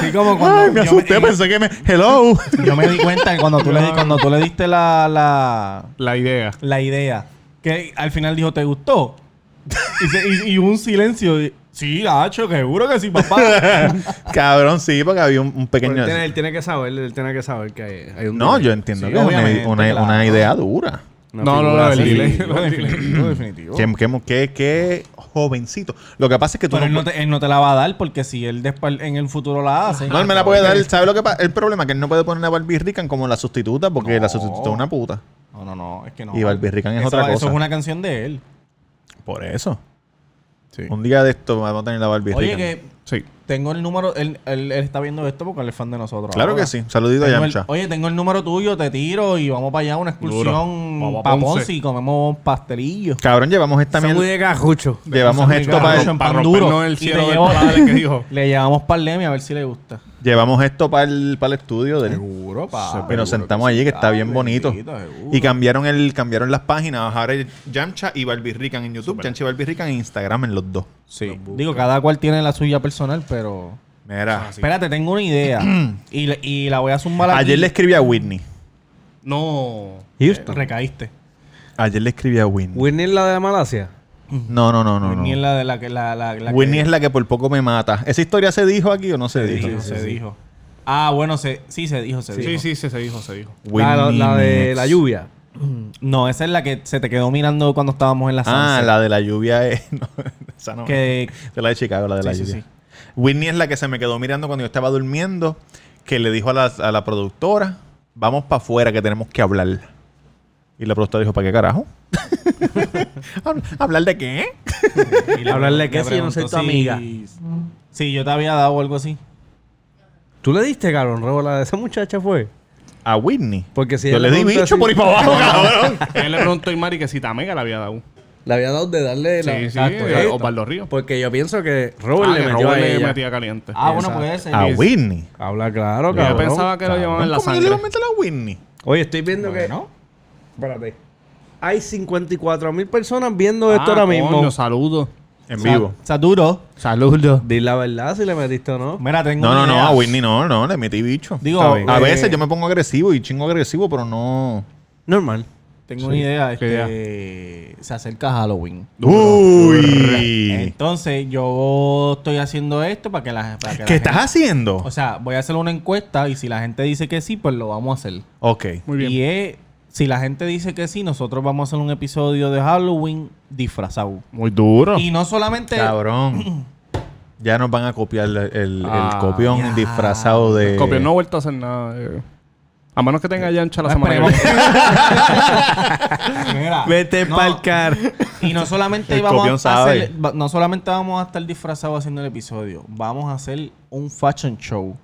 Sí, como cuando. Ay, me yo asusté, en- pensé que me. Hello. Yo me di cuenta que cuando tú le, di- cuando tú le diste la, la, La idea. la idea, que al final dijo, ¿te gustó? Y, se- y- y hubo un silencio. y, sí, Nacho, seguro que sí, papá. Cabrón, sí, porque había un, un Pero pequeño. él, tiene, él tiene que saber, él tiene que saber que hay, hay un. No, delay. yo entiendo Sí, que es una, obviamente, una- claro. una idea dura. Una No, no, figura no, el así. delay. Definitivo, definitivo, definitivo. Qué, qué- qué- qué jovencito. Lo que pasa es que tú Pero él no, no, te, él no te la va a dar porque si él después en el futuro la hace. No, él me la puede dar. ¿Sabes lo que pasa? El problema es que él no puede poner a Barbie Rican como la sustituta porque la sustituta es una puta. No, no, no, es que no. Y Barbie Rican es Eso- otra Eso cosa. es una canción de él. Por eso. Sí. Un día de esto vamos a tener la Barbie Oye, Rican. que Sí. tengo el número. Él, él- él está viendo esto porque él es fan de nosotros. Claro ahora. que sí. Saludito a Tengo el- Yamcha. oye, tengo el número tuyo, te tiro y vamos para allá a una excursión Vamos a para Ponce. Ponce y comemos pastelillos. Cabrón, llevamos esta Sándwich mierda. de cajucho. Llevamos esto Para para el champán para duro. rompernos el Y te cielo del llevo- padre que dijo. Le llevamos pandemia a ver si le gusta. llevamos esto para el, para el estudio del, Seguro, y nos sentamos allí que está bien bonito. Y cambiaron el cambiaron las páginas, ahora es Yamcha y Barbie Rican en YouTube, Yamcha y Barbie Rican en Instagram en los dos. Sí. Digo, cada cual tiene la suya personal, pero. Mira, Espérate, tengo una idea. y, le- y la voy a zumbar aquí. Eh, ayer le escribí a Whitney. Eh, No. Houston. Recaíste. Ayer le escribí a Whitney. Whitney es la de Malasia. No, no, no, no. no. Whitney es Whitney, la de la que. La, la, la que- es la que por poco me mata. ¿Esa historia se dijo aquí o no se dijo? dijo, se dijo. Ah, bueno, se, sí se dijo, se Sí, dijo. sí, sí, se dijo, se dijo. La, Ah, la- la de Nex. la lluvia. No, esa es la que se te quedó mirando cuando estábamos en la Ah, sunset. la de la lluvia es. no, esa no. Que De la de Chicago, la de la Sí, sí, lluvia. sí. Whitney es la que se me quedó mirando cuando yo estaba durmiendo, que le dijo a la, a la productora, vamos para afuera que tenemos que hablar. Y la productora dijo, ¿para qué carajo? Habl- ¿Hablar de qué? Y Hablarle pregun- que si yo no soy preguntó tu amiga. Sí, yo te había dado algo así. ¿Tú le diste, cabrón, Rebo, la de esa muchacha fue? a Whitney. Porque si Yo ella le di pregunta bicho si- por ahí para abajo, cabrón. Él le preguntó a Imari que si Tamega le había dado. Le había dado de darle la... Sí, sí, exacto, eh, exacto. Osvaldo Ríos. Porque yo pienso que Robert Ah, le que metió a Robert le ella. metía caliente. Ah, bueno, puede ser. A Whitney. Habla claro, Yo cabrón. pensaba que lo llevaban en la ¿Cómo yo le sangre. voy a meter a Whitney? Oye, estoy viendo Bueno. que... Espérate. Hay 54 mil personas viendo Ah, esto ahora mismo. coño, Saludos. En Sa- vivo. Saduro. Saludos. Di la verdad si le metiste o no. Mira, tengo No, una no, no, idea. a Whitney no, no, le metí bicho. Digo, Está bien. a eh, veces yo me pongo agresivo y chingo agresivo, pero no. Normal. Tengo una idea. ¿Qué Este, se acerca Halloween. Uy. Entonces, yo estoy haciendo esto para que la, para que la ¿Qué estás gente- haciendo? O sea, voy a hacer una encuesta y si la gente dice que sí, pues lo vamos a hacer. Ok. Muy bien. Y es, si la gente dice que sí, nosotros vamos a hacer un episodio de Halloween disfrazado. Muy duro. Y no solamente... Este Cabrón. Ya nos van a copiar el, el- el Ah, copión ya. disfrazado Eh, de. Copio, no he vuelto a hacer nada. eh. A menos que tenga yancha la No, semana que Eh, esperemos viene. que- Pues, Mira, no, car. Y no solamente El vamos a copión sabe. hacer- va- no solamente vamos a estar disfrazados haciendo el episodio, vamos a hacer un fashion show.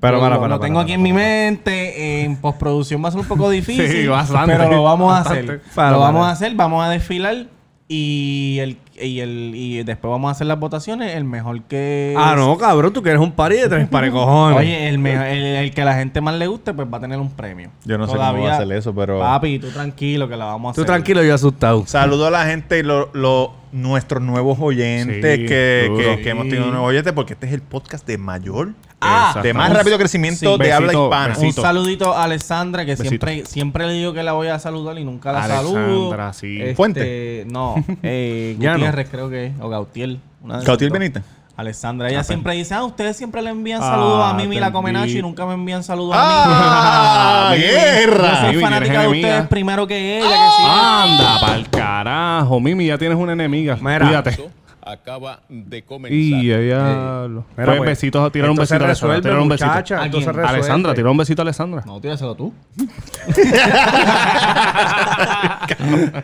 Pero Lo- para, lo- para, lo para, tengo para, aquí para, en mi para. mente. En postproducción va a ser un poco difícil. Sí, bastante. Pero lo vamos a hacer. Para, lo vamos para. a hacer, vamos a desfilar. Y el, y el y después vamos a hacer las votaciones. El mejor que. Ah, no, cabrón, tú quieres un party de tres pares, cojones. Oye, el, mejo- el, el que la gente más le guste, pues va a tener un premio. Yo no sé cómo va a hacer eso, pero- Papi, tú tranquilo que la vamos a tú hacer. tranquilo, yo asustado. Saludo a la gente y lo- lo- nuestros nuevos oyentes Sí, que, duro. que- que hemos tenido nuevos oyentes, porque este es el podcast de mayor, eh, Ah, de más un- rápido crecimiento sí, de habla besito, hispana. Un besito. saludito a Alessandra, que Besito. siempre, siempre le digo que la voy a saludar y nunca la saludo. Alexandra, sí. Este, Fuente. No, eh, Ya no. Gutiérrez creo que es, o Gautiel. una de esas Gautier dos. Benítez. pues. Alessandra, ella siempre dice, ah, ustedes siempre le envían Ah, saludos a Mimi la entendí. Comenacho y nunca me envían saludos ¡Ah, a mí. guerra! Yo soy Mimi, fanática eres de enemiga. ustedes primero que ella, que sí. Ah. Anda, pa'l carajo. Mimi, ya tienes una enemiga. Mira. Cuídate. acaba de comenzar. Y ya lo- Mira, Pues, pues, besitos, tirar un esto se besito a Alessandra. resuelve, Tirar un besito. muchacha, ¿A esto se quién? resuelve. Alessandra, tira un besito a Alessandra. No, tíraselo tú.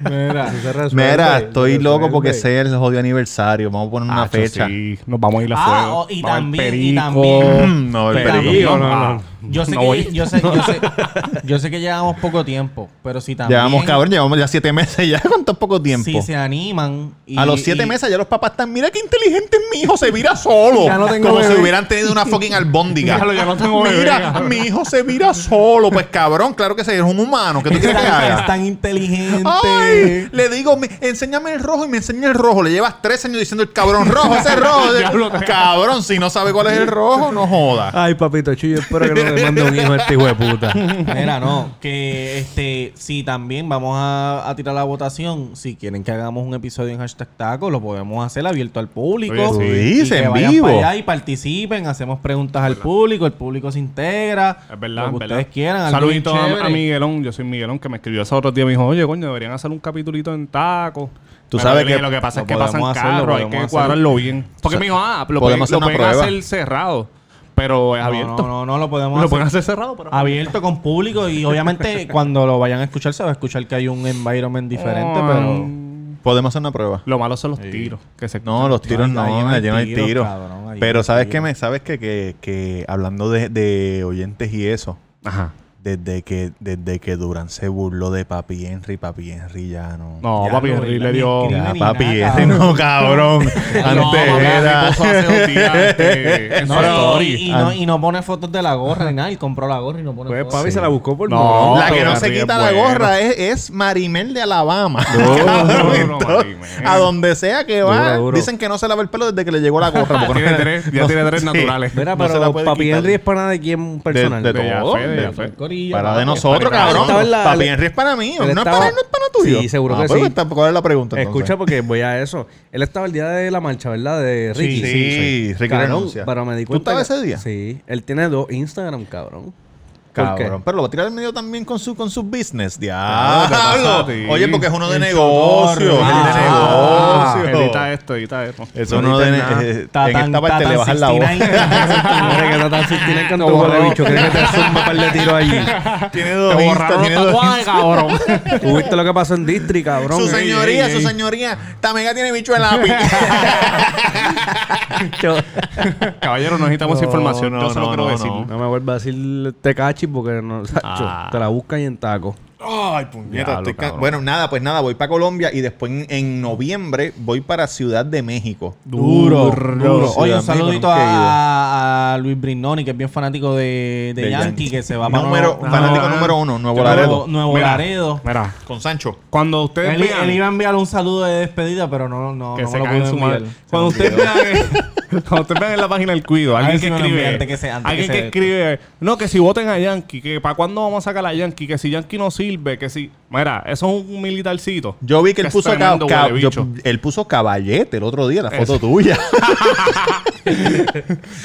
Mira. Se resuelve, Mira, se estoy loco resuelve. porque sé el jodido aniversario. Vamos a poner una Hacho, fecha. sí, Nos vamos a ir a Ah, fuego. oh, y Vamos al también, y perico. también. No, el Pero- perico. no, no, Ah, no. Yo sé, no voy. que, yo, sé, yo, sé, yo sé que llevamos poco tiempo, pero si también... Llevamos, cabrón, llevamos ya siete meses ya con tan poco tiempo. Si se animan... y- a los siete y- meses ya los papás están, mira qué inteligente es mi hijo, se vira solo. Ya no tengo Como bebé. si hubieran tenido una fucking albóndiga. Déjalo, ya no tengo bebé, mira, cabrón. mi hijo se vira solo. Pues cabrón, claro que se es un humano. ¿Qué tú Es quieres que tan, haga? es tan inteligente. Ay, le digo, "Me- enséñame el rojo y me enseña el rojo. Le llevas tres años diciendo el cabrón rojo, ese rojo. ese-". Diablo, cabrón, si no sabe cuál es el rojo, no joda. Ay, papito chillo, espero que no le mande un hijo a este hijo de puta. Mira, no, que este, si también vamos a, a tirar la votación, si quieren que hagamos un episodio en hashtag taco, lo podemos hacer abierto al público. Oye, sí. Y Dice, que en vayan vivo. para allá y participen, hacemos preguntas al público, el público se integra. Es lo verdad, que es verdad. ustedes quieran. algo bien Saludito a, chévere. a Miguelón. Yo soy Miguelón que me escribió hace otros días. Me dijo, oye, coño, deberían hacer un capitulito en taco. Tú Pero sabes yo le dije, que lo que pasa lo es que pasan podemos hacerlo, carros, hay que podemos hacerlo. cuadrarlo bien. Porque O sea, me dijo, ah, podemos lo podemos hacer lo una pueden prueba. hacer cerrado, pero es abierto. No, no, no, lo podemos lo hacer pueden hacer cerrado, pero abierto con público y obviamente cuando lo vayan a escuchar se va a escuchar que hay un environment diferente, pero... Mm, Podemos hacer una prueba. Lo malo son los tiros. Que se No, los tiros Ahí no, llevan me llevan el tiros, tiro. cabrón, ahí Pero llevan sabes tiros. que me, sabes que, que, que hablando de, de oyentes y eso, Ajá. desde que, desde que Durán se burló de Papi Henry, Papi Henry ya no. No, Ya papi, lo- Henry la- le dio. ni- Ya, ni papi nada, Henry no, cabrón. Antes papi, era. Henry puso hace dos días, este, en su No, no, story. y, y no, y no pone fotos de la gorra ni nada. Él compró la gorra y no pone Pues fotos. papi se la buscó por No. morón. La que no se Henry es quita la bueno. gorra es, es Marimel de Alabama. no, Cabrón, no, entonces, Marimel. a donde sea que va, Duro, duro. dicen que no se lava el pelo desde que le llegó la gorra. porque Tiene no- tres, ya no- tiene tres sí. naturales. Mira, No se pero la puede papi quitar. Henry es pana de quién De, personal. de De ya todo. fue, de ya de- fue. Corillo, Para de papi. nosotros, para- cabrón. Estaba en la- Papi Henry es para mí. No Él es para estaba- él, no es para tuyo. Sí, seguro que pues, sí. está- ¿Cuál es la pregunta? entonces? Escucha, porque voy a eso. Él estaba el día de la marcha, ¿verdad? De Ricky. Sí, sí, Ricky Cabrón, renuncia. Pero me di ¿Tú cuenta estabas que- ese día? Sí. Él tiene dos Instagram, cabrón. ¿Por qué? Cabrón, pero lo va a tirar al medio también con su, con su business. Ah, te pasa a Diablo. ti. Oye, porque es uno de El negocio. chotorro. Es Ah, de edita negocio. esto, edita esto. Es uno de. eh, En Tatán- esta parte Tatán le bajas la voz. 69. Mira que no tan tiene canto Como huele no. bicho. ¿Crees que te zumba un par de tiros allí? Tiene Te dos borraron Insta, los tiene dos tatuajes, cabrón. ¿Tú viste lo que pasó en District, cabrón? Su Ey, señoría, ey, su ey. señoría. Tamega tiene bicho en lápiz. Yo- Caballero, no necesitamos No, información. no, yo solo no, quiero no, decir. no. No me vuelvas a decir te mariachi porque no, Sacho, Ah. te la buscan y en taco. Ay, puñeta. Diablo, estoy ca- cabrón. bueno, nada, pues nada, voy para Colombia y después en, en noviembre voy para Ciudad de México. Duro, duro. Oye, un Ciudad de México, saludito nunca he ido. a, a Luis Brignoni, que es bien fanático de, de Del Yankee, Yankee. que se va Número- para fanático número uno, Nuevo Laredo. Nuevo, Nuevo Mira. Laredo. Mira, Con Sancho. cuando ustedes Él, vean él iba a enviar un saludo de despedida, pero no, no, que no se me lo cae en pudo su enviar. madre. Cuando ustedes vean cuando ustedes vean en la página del cuido, ver alguien si que me lo escribe, envía antes que se- antes alguien que que, se- escribe, no que si voten a Yankee, que para cuándo vamos a sacar a Yankee, que si Yankee no sirve, que si, mira, eso es un militarcito. Yo vi que él es puso, tremendo ca- huele yo- bicho. él puso caballete el otro día, la foto Eso. tuya.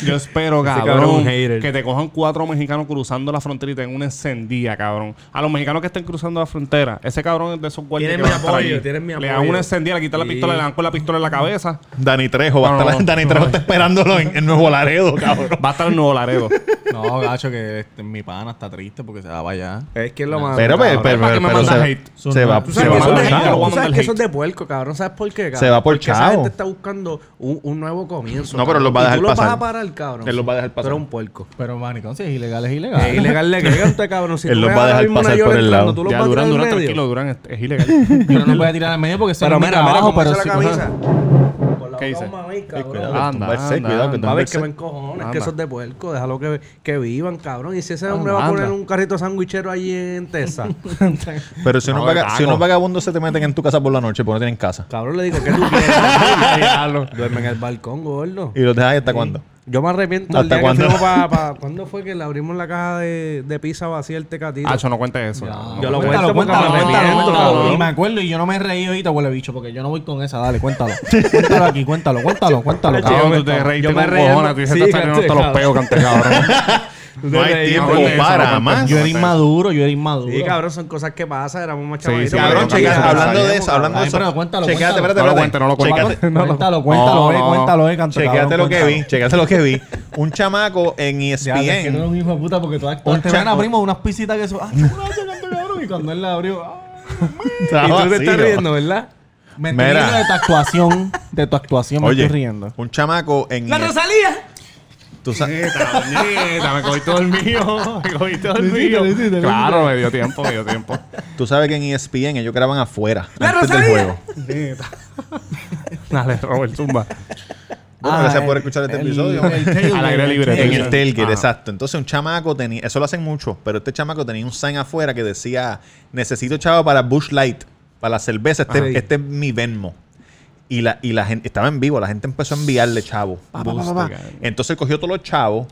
Yo espero, cabrón es cabrón, un hater. que te cojan cuatro mexicanos cruzando la frontera y tengan una encendida, cabrón. A los mexicanos que estén cruzando la frontera, ese cabrón es de esos guardias Tienen que mi van a estar apoyo, allí. tienen mi Le dan apoyo. una encendida, le quitan la Sí. pistola, le dan con la pistola en la cabeza. Dani Trejo, va a No, estar- no, Dani Trejo está esperándolo en, en Nuevo Laredo, cabrón. Va a estar en Nuevo Laredo. No, gacho, que este, mi pana está triste porque se va para allá. Es que es lo más. Pero, pero, pero, ¿para qué me pero mandas se, hate? se va, Tú se sabes, va que eso, por mandar es de, hate, chavo. lo voy a tú sabes mandar que eso es hate. de puerco, cabrón. ¿Sabes por qué, cabrón? va por Porque chavo. Esa gente está buscando un, un nuevo comienzo. No, pero los va a cabrón. dejar Y tú pasar. los vas a parar, cabrón. Él los va a dejar Tú pasar. Ah. eres un puerco. Pero, manicón, si es ilegal, es ilegal. Es ilegal le que usted, cabrón. Si Él tú los ves va a ahora dejar mismo una pasar York por el entrando, lado. Tú los Ya, vas a Durán, tirar Durán, al medio. tranquilo, Durán, es, es ilegal. Yo no me voy a tirar al medio porque ese Pero no es mi mira, mira trabajo, cómo pero hizo la sí- camisa. Con la ¿Qué dice? boca un mamey, Ey, cabrón. Cuidado, que Anda, tumbarse, anda, cuidado, que anda. Va a ver que tumbarse. me encojones, que Anda. eso es de puerco. Déjalo que, que vivan, cabrón. Y si ese Anda, hombre va a poner anda. un carrito sandwichero ahí en Texas, Pero si unos, No, de vaga- si taco. unos vagabundos se te meten en tu casa por la noche, pues no tienen casa. cabrón, le digo, ¿qué tú quieres? Duerme en el balcón, gordo. ¿Y los dejas ahí hasta cuándo? Yo me arrepiento el ¿Hasta día cuándo? que fuimos para... ¿Cuándo fue que le abrimos la caja de, de pizza vacía el tecatito? Hacho, no cuentes eso. No, yo lo cuentes. cuento Cuéntalo, porque cuéntalo, cuéntalo, me arrepiento, cuéntalo. cabrón. Y me acuerdo y yo no me he reído ahorita, huele bicho, porque yo no voy con esa. Dale, cuéntalo. Cuéntalo aquí, cuéntalo, cuéntalo, cuéntalo. Leche, cabrón. Cabrón, tú te reíste Yo me con reí, cojones. Tú sí, dijiste, estás saliendo hasta cacho, los cabrón. peos, cante, cabrón. No hay tiempo no, no, no, para no, más. Yo era inmaduro, yo era inmaduro. Sí, cabrón, son cosas que pasan. Éramos más chavales. sí, Cabrón, checa- eso hablando de eso, hablando de Ay, eso. pero cuéntalo, Checate, cuéntalo. espérate, No lo espérate. cuente, no lo cuente. Checate. Cuéntalo, cuéntalo, No, eh, no, no. cuéntalo, eh, canto, Chequeate cabrón, lo que cuéntalo. vi, chequeate lo que vi. Un chamaco en Ya, es que tú eres ESPN. un hijo de puta porque tú Un te van chaco. a primo unas pisitas que son. Ah, gracias, canto, cabrón. Y cuando él la abrió. ah, Y Trabajo tú te así, estás ¿no? riendo, ¿verdad? Me estoy Mira. riendo de tu actuación. De tu actuación me Oye, estoy riendo. un chamaco en E ESPN. Rosalía! Tú sa- Puñeta, me cogí todo el mío. Me cogí todo el Lo hiciste, mío. lo hiciste, lo Claro, me dio tiempo, me dio tiempo. Tú sabes que en E ESPN ellos graban afuera antes del juego. Dale, Robert, zumba. Bueno, Ah, gracias por el- escuchar este el- episodio. el tailgate. Al aire libre. En el tailgate, Ajá. exacto. Entonces un chamaco tenía, eso lo hacen mucho, pero este chamaco tenía un sign afuera que decía, necesito chavo para Bush Light, para la cerveza, este, Ajá. este es mi Venmo. Y la, y la gente, estaba en vivo, la gente empezó a enviarle chavo. Pa, pa, pa, pa, pa. Entonces él cogió todos los chavos,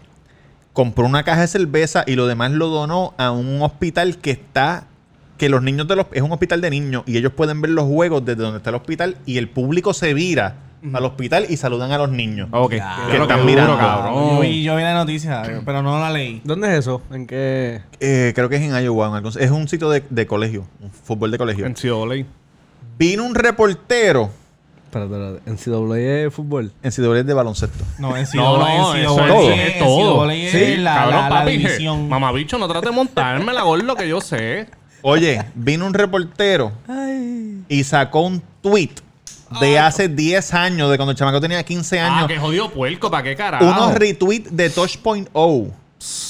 compró una caja de cerveza y lo demás lo donó a un hospital que está que los niños de los es un hospital de niños y ellos pueden ver los juegos desde donde está el hospital y el público se vira al hospital y saludan a los niños. Ah, Ok. que lo están duro, mirando. Yo cabrón. vi, yo vi la noticia, pero no la leí. ¿Dónde es eso? ¿En qué...? Eh, creo que es en Iowa. en algún- es un sitio de, de colegio, un fútbol de colegio. En Cioley. Vino un reportero Espérate, espérate. ¿NCAA de E fútbol? en CW de baloncesto. No, en No, no, en eso CW, es- en es todo. CW, es la, cabrón, la, la papi, je, división. Este Mamabicho, no trate de montarme la gordo que yo sé. Oye, vino un reportero y sacó un tweet de hace 10 años, de cuando el chamaco tenía 15 Ah, años. que jodido puerco, ¿para qué carajo? unos retweets de Touch.0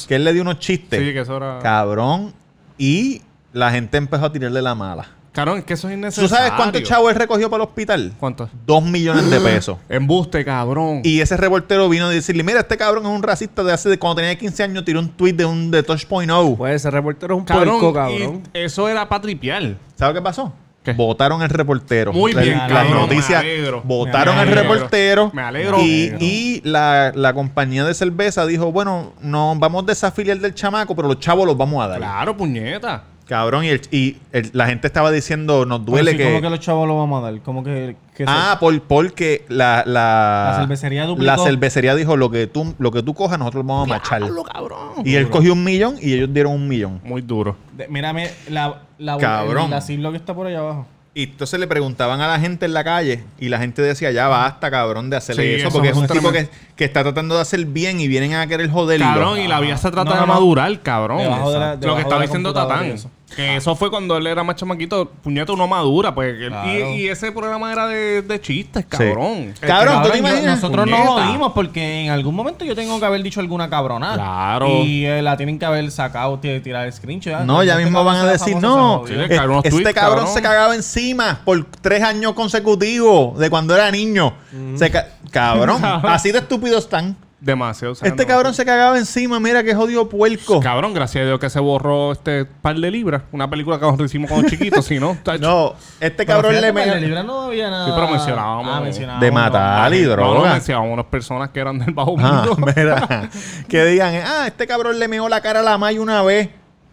que él le dio unos chistes. Sí, que eso era- Cabrón. Y la gente empezó a tirarle la mala. Cabrón, es que eso es innecesario. ¿Tú sabes cuánto chavo él recogió para el hospital? ¿Cuánto? Dos millones de pesos. Embuste, cabrón. Y ese reportero vino a decirle, mira, este cabrón es un racista de hace de cuando tenía 15 años, tiró un tweet de un de Touch.0. Pues ese reportero es un cabrón, puerco, y cabrón. eso era para tripear. ¿Sabes qué pasó? ¿Qué? Votaron al reportero. Muy bien, la, cabrón, La me noticia. alegro. Votaron Me al alegro. reportero. Me alegro. Y, Me alegro. y la, la compañía de cerveza dijo, bueno, no vamos a desafiliar del chamaco, pero los chavos los vamos a dar. Claro, puñeta. Cabrón, y, el- y el- la gente estaba diciendo, nos Pero duele sí, que... ¿Cómo que los chavos lo vamos a dar? ¿Cómo que, que Ah, por, porque la, la, La cervecería duplicó. la cervecería dijo lo que tú, lo que tú cojas, nosotros lo vamos a machar. cabrón. Y él cogió un millón y ellos dieron un millón. Muy duro. De- mírame la, la, Cabrón. el- la siglo que está por allá abajo. Y entonces le preguntaban a la gente en la calle y la gente decía, ya basta, cabrón, de hacerle Sí, eso, eso porque es es un tipo que, tremendo. que está tratando de hacer bien y vienen a querer joderlo. Cabrón, y la vida se trata No, no, de no. madurar, cabrón. Debajo de la- Lo debajo que de estaba la diciendo computadora Tatán. y eso. Que eso fue cuando él era más chamaquito, puñeto uno madura, pues. él- y- Claro. Este y, ese programa era de, de chistes, cabrón. Ca- Cabrón, ¿tú te yo- imaginas? nosotros nos Puñeta. jodimos porque en algún momento yo tengo que haber dicho alguna cabronada. Claro. Y eh, la tienen que haber sacado, t- tirar el screenshot. Ah, No, ya este mismo cabrón se van a la decir, famosa, se no, Sí, le jodió". este cagaron los este tweets, cabrón cabrón. se cagaba encima por tres años consecutivos de cuando era niño. Se ca- cabrón, así de estúpidos están. Demasiado. o sea, Este no- cabrón se cagaba encima, mira qué jodido puerco. Cabrón, gracias a Dios que se borró este par de libras. Una película que nosotros hicimos cuando chiquitos, si no. tacho. No, este Pero cabrón fíjate, pues, le para metió... el de Libra no había nada. Sí, pero mencionábamos. Ah, mencionábamos. De matar y No, no, droga. mencionamos unas personas que eran del bajo Ah, mundo. mira. que digan, ah, este cabrón le meó la cara a la May una vez.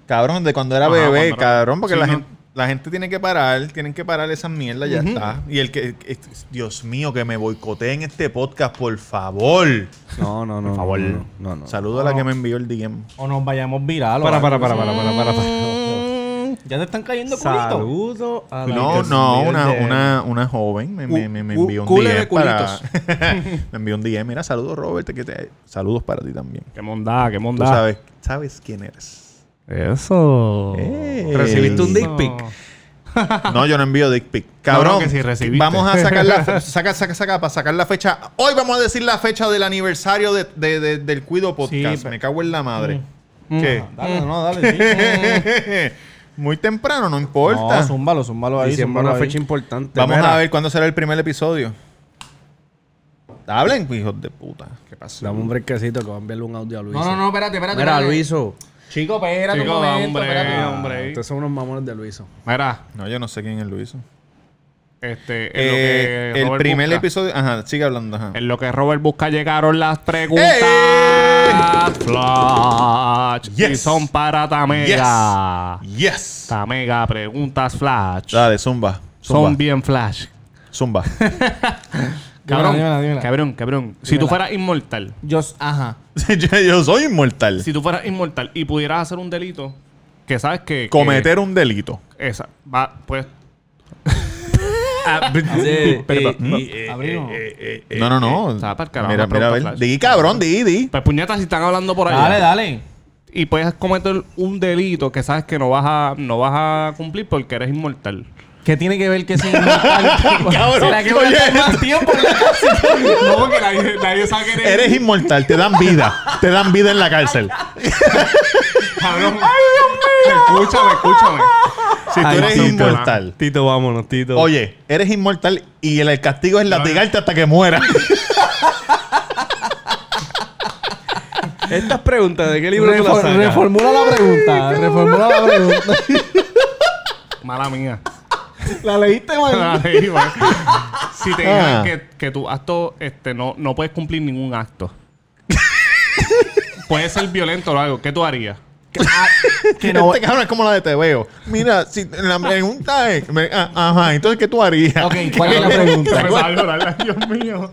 Cabrón, de cuando era Ajá, bebé, cuando era- cabrón, porque Sí, la, no. gente, la gente tiene que parar, tienen que parar esas mierdas, ya está. Y el que, es- Dios mío, que me boicoteen este podcast, por favor. No, no, no. Por favor. No, no. no. Saludo a la que me envió el DM. O nos vayamos viral. o Para, algo. Mm. para, para, para, para, para. Ya te están cayendo culitos. Saludo a la No, que no, envió el una, DM. una, una joven me, me, Cu- me- me cu- envió un cule DM. de Para... culitos. me envió un DM. Mira, saludos, Robert. que te- Saludos para ti también. Qué mondada, qué Tú mondada. sabes, sabes quién eres. Eso. Ey. ¿Recibiste un dick No. pic? No, yo no envío dick pic. Cabrón, No, no, que sí recibiste. vamos a sacar la fe- saca, saca, saca, para sacar la fecha. Hoy vamos a decir la fecha del aniversario de- de- de- del Cuido Podcast. Sí, pe- Me cago en la madre. Mm. ¿Qué? Dale, no, dale. sí. Muy temprano, no importa. No, zúmbalo, zúmbalo ahí. Diciembre Zúmbalo una ahí. fecha importante. vamos Mira, a ver cuándo será el primer episodio. Hablen, hijos de puta. ¿Qué pasó? Dame un brequecito que voy a enviarle un audio a Luis. No, no, no, espérate, espérate. Mira, espérate. Luiso. Chico, espérate Chico, un momento. hombre, espérate. hombre. Ustedes son unos mamones de Luiso. Mira, No, yo no sé quién es Luis. este. en lo Eh, que el Robert primer busca- episodio. Ajá, sigue hablando. Ajá. En lo que Robert busca llegaron las preguntas. ¡Eh! Flash. Yes. Y son para Tamega. Yes. Tamega, preguntas Flash. Dale, zumba. Son Zumba. bien Flash. Zumba. Dímela, Cabrón, dímela, dímela. cabrón, cabrón. Si tú fueras inmortal, Yo, ajá. yo, yo soy inmortal. si tú fueras inmortal y pudieras hacer un delito, que sabes que... que- Cometer eh. un delito. esa, va, pues... Ah, b- Eh, perdón. Abrimos. no, no, no. Eh, estaba para el carajo, mira, mira, una a pregunta ver. flash. Di, cabrón, di, di. Pues puñetas, si están hablando por ahí. eh, Dale, dale. Y puedes cometer un delito que sabes que no vas a, no vas a cumplir porque eres inmortal. ¿Qué tiene que ver que sea inmortal? Cabrón, ¿Será que voy a oye, estar más tiempo en la casa? no, porque nadie, nadie sabe que Eres inmortal, te dan vida. te dan vida en la cárcel. cabrón. Escúchame, escúchame. Si tú Ay, eres Tito, inmortal. Tito, vámonos, Tito. Oye, eres inmortal y el, el castigo es latigarte hasta que mueras. Estas preguntas, eh, ¿de qué libro tú las Refor- sacas? reformula la pregunta. Reformula la pregunta. Mala mía. ¿La leíste, man? Ahí va. si te dijeran Ah. que, que tu acto este, no, no puedes cumplir ningún acto. Puede ser violento o algo. ¿Qué tú harías? Que no- Este cabrón es como la de Te veo. Mira, si la pregunta es. me- ah, ajá, entonces, ¿qué tú harías? Ok, ¿cuál es la pregunta? Pues, algo, ¿verdad? Dios mío.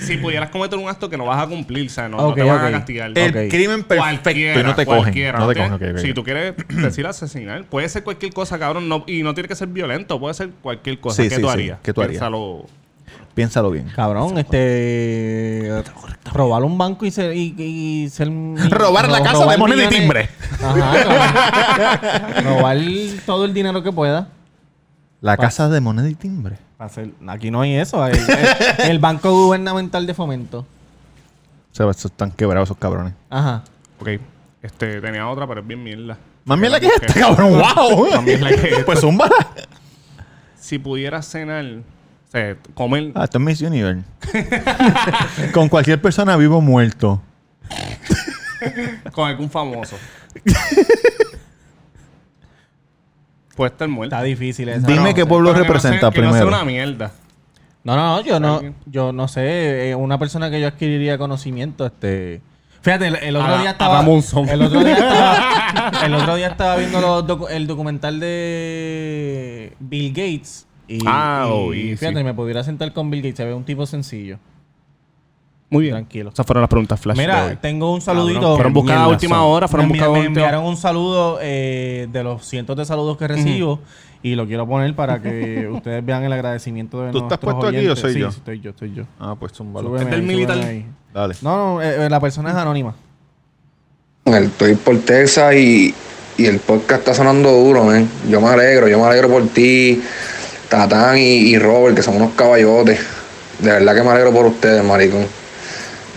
Si pudieras cometer un acto que no vas a cumplir, o sea, no, no Ok, te van ok. a castigar. El Ok. crimen perfecto. Cualquiera, Y no te cogen. cualquiera, No te tiene- cogen, ok, ok. Si tú quieres decir asesinar, puede ser cualquier cosa, cabrón. no- y no tiene que ser violento, puede ser cualquier cosa. Sí, ¿Qué sí, tú sí. harías? ¿Qué tú harías? Piénsalo. Piénsalo bien. Cabrón, este. Robar un banco y ser. Y, y ser Robar la casa de moneda y millones. timbre. Ajá, cabrón. robar todo el dinero que pueda. La casa de moneda y timbre. Aquí no hay eso. El, el- el Banco Gubernamental de Fomento. Se va- están quebrados esos cabrones. Ajá. Ok. Este, tenía otra, pero es bien mierda. Más Ya bien la que busqué. esta, cabrón. ¡Wow! Más mierda que esta. pues zumba. Si pudieras cenar, o sea, comer. Ah, esto es Miss Universe. Con cualquier persona vivo o muerto. Con algún famoso. Puede estar muerto. Está difícil esa. Dime no, qué sé. pueblo Pero que no sea- representa que no sea primero. una mierda. No, no, no, yo no, Alguien. yo no sé. eh, una persona que yo adquiriría conocimiento, este. Fíjate, el, el otro A- día a estaba. Ramonson. El otro día estaba, el otro día estaba viendo los docu- el documental de Bill Gates. Y, Ah, y oh, y fíjate, sí. me pudiera sentar con Bill Gates. Se ve un tipo sencillo. Muy bien. Tranquilo. Esas fueron las preguntas flash. de hoy. Mira, tengo un saludito. Cabrón, fueron buscadas a Mierda, última son. hora, fueron me, envi- buscadas a me última- enviaron un saludo eh, de los cientos de saludos que recibo y lo quiero poner para que ustedes vean el agradecimiento de ¿Tú estás nuestros puesto aquí o oyentes. soy Sí, yo? sí, estoy yo, estoy yo. Ah, pues zumba. Súbeme del ahí, militar. súbeme ahí. Dale. No, no, eh, eh, la persona es anónima. Estoy por Texas y y el podcast está sonando duro, men. Yo me alegro, yo me alegro por ti, Tatán y, y Robert, que son unos caballotes. De verdad que me alegro por ustedes, maricón.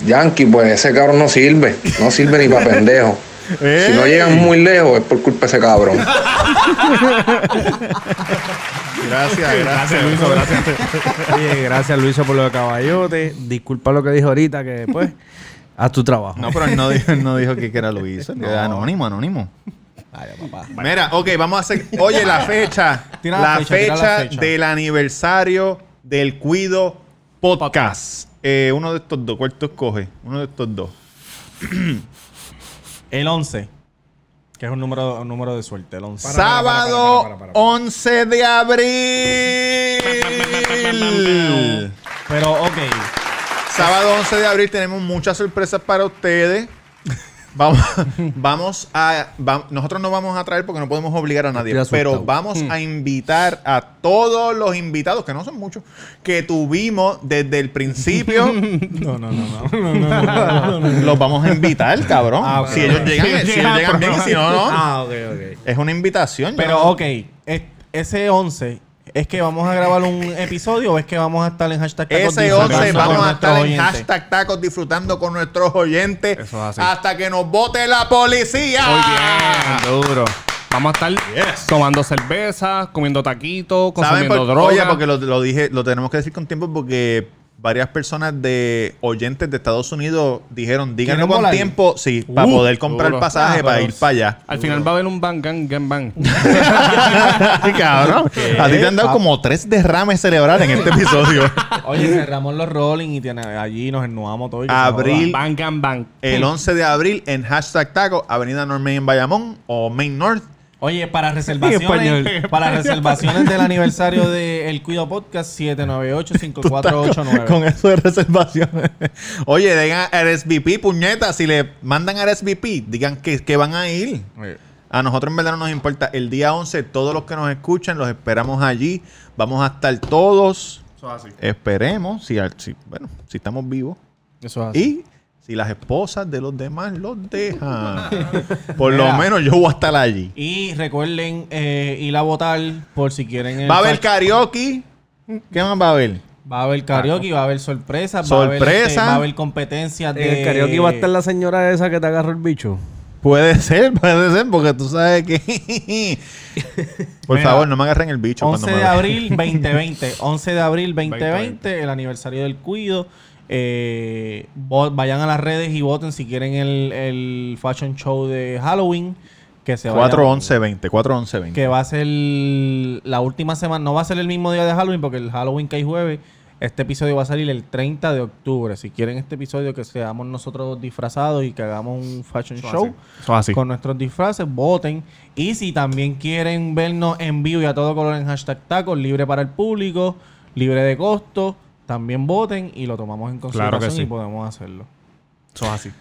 Yankee, pues ese cabrón no sirve, no sirve ni para pendejo. Si no llegan muy lejos es por culpa de ese cabrón. Gracias, gracias, Luis. Oye, gracias Luiso por lo de caballote. Disculpa lo que dijo ahorita, que después haz tu trabajo. No, pero él no dijo, él no dijo que que era Luis. él era Anónimo, anónimo. Mira, ok, vamos a hacer. Oye, la fecha. Tira la, la fecha, fecha, tira la fecha. del aniversario del Cuido Podcast. Eh, uno de estos dos. ¿Cuál tú escoges? Uno de estos dos. El 11. Que es un número, un número de suerte, el 11. Sábado 11 de abril. Pero, ok. Sábado 11 de abril tenemos muchas sorpresas para ustedes. Vamos, vamos a. va- nosotros no vamos a traer porque no podemos obligar a nadie. Estoy asustado. Pero vamos Hmm. a invitar a todos los invitados, que no son muchos, que tuvimos desde el principio. No, no, no, no. no, no, no, no, no. los vamos a invitar, cabrón. Ah, ok. Si ellos llegan, si ellos llegan bien, y si no, no. Ah, ok, ok. Es una invitación. Pero, yo no- ok. es- ese 11. ¿Es que vamos a grabar un episodio o es que vamos a estar en hashtag tacos Ese disfrutando 11 con vamos a nuestros estar en oyentes? hashtag tacos disfrutando con nuestros oyentes Eso es así. hasta que nos vote la policía. Ah. Muy bien, duro. Vamos a estar tomando cerveza, comiendo taquitos, ¿Saben consumiendo por- droga. Oye, porque lo, lo dije, lo tenemos que decir con tiempo porque varias personas de oyentes de Estados Unidos dijeron, díganlo ¿Quieren con volar? tiempo, sí, para poder comprar duro. pasaje Ah, para pero ir para allá. Al final va a haber un bang, gang, gang, bang. Cabrón, a ti te han dado como tres derrames cerebrales en este episodio. Oye, cerramos los rolling y tiene, allí nos ennuamos todo. y que se Abril bang, gang, bang. El 11 de abril en hashtag taco, Avenida Normain en Bayamón o Main North. joda. Oye, para reservaciones, español. para reservaciones del aniversario de El Cuido Podcast, Con 798-5489. eso de reservaciones. Oye, digan RSVP, puñeta. Si le mandan RSVP, digan que, que van a ir. A nosotros en verdad no nos importa. El día 11, todos los que nos escuchan, los esperamos allí. Vamos a estar todos. Esperemos, si, al- si- bueno, si estamos vivos. Eso es así. Y si las esposas de los demás los dejan. Por lo menos yo voy a estar allí. Y recuerden eh, ir a votar por si quieren. el Va a haber fact- karaoke. ¿Qué más va a haber? va a haber karaoke, va a haber sorpresas, va a haber, Ah. Sorpresa. este, va a haber competencias de. En el karaoke va a estar la señora esa que te agarró el bicho. Puede ser, puede ser, porque tú sabes que. Por Mira, favor, no me agarren el bicho 11 cuando me de vean. abril 2020. 11 de abril 2020, 2020, el aniversario del cuido. Eh, vo- vayan a las redes y voten si quieren el, el fashion show de Halloween. Que se va a 4, llamar- 11, 20. 4, 11, 20. Que va a ser la última semana. No va a ser el mismo día de Halloween porque el Halloween que hay jueves. Este episodio va a salir el 30 de octubre. Si quieren este episodio que seamos nosotros disfrazados y que hagamos un fashion show Eso es así. con nuestros disfraces, voten. Y si también quieren vernos en vivo y a todo color en hashtag tacos, libre para el público, libre de costo, también voten y lo tomamos en que consideración sí. y podemos hacerlo. Eso es así.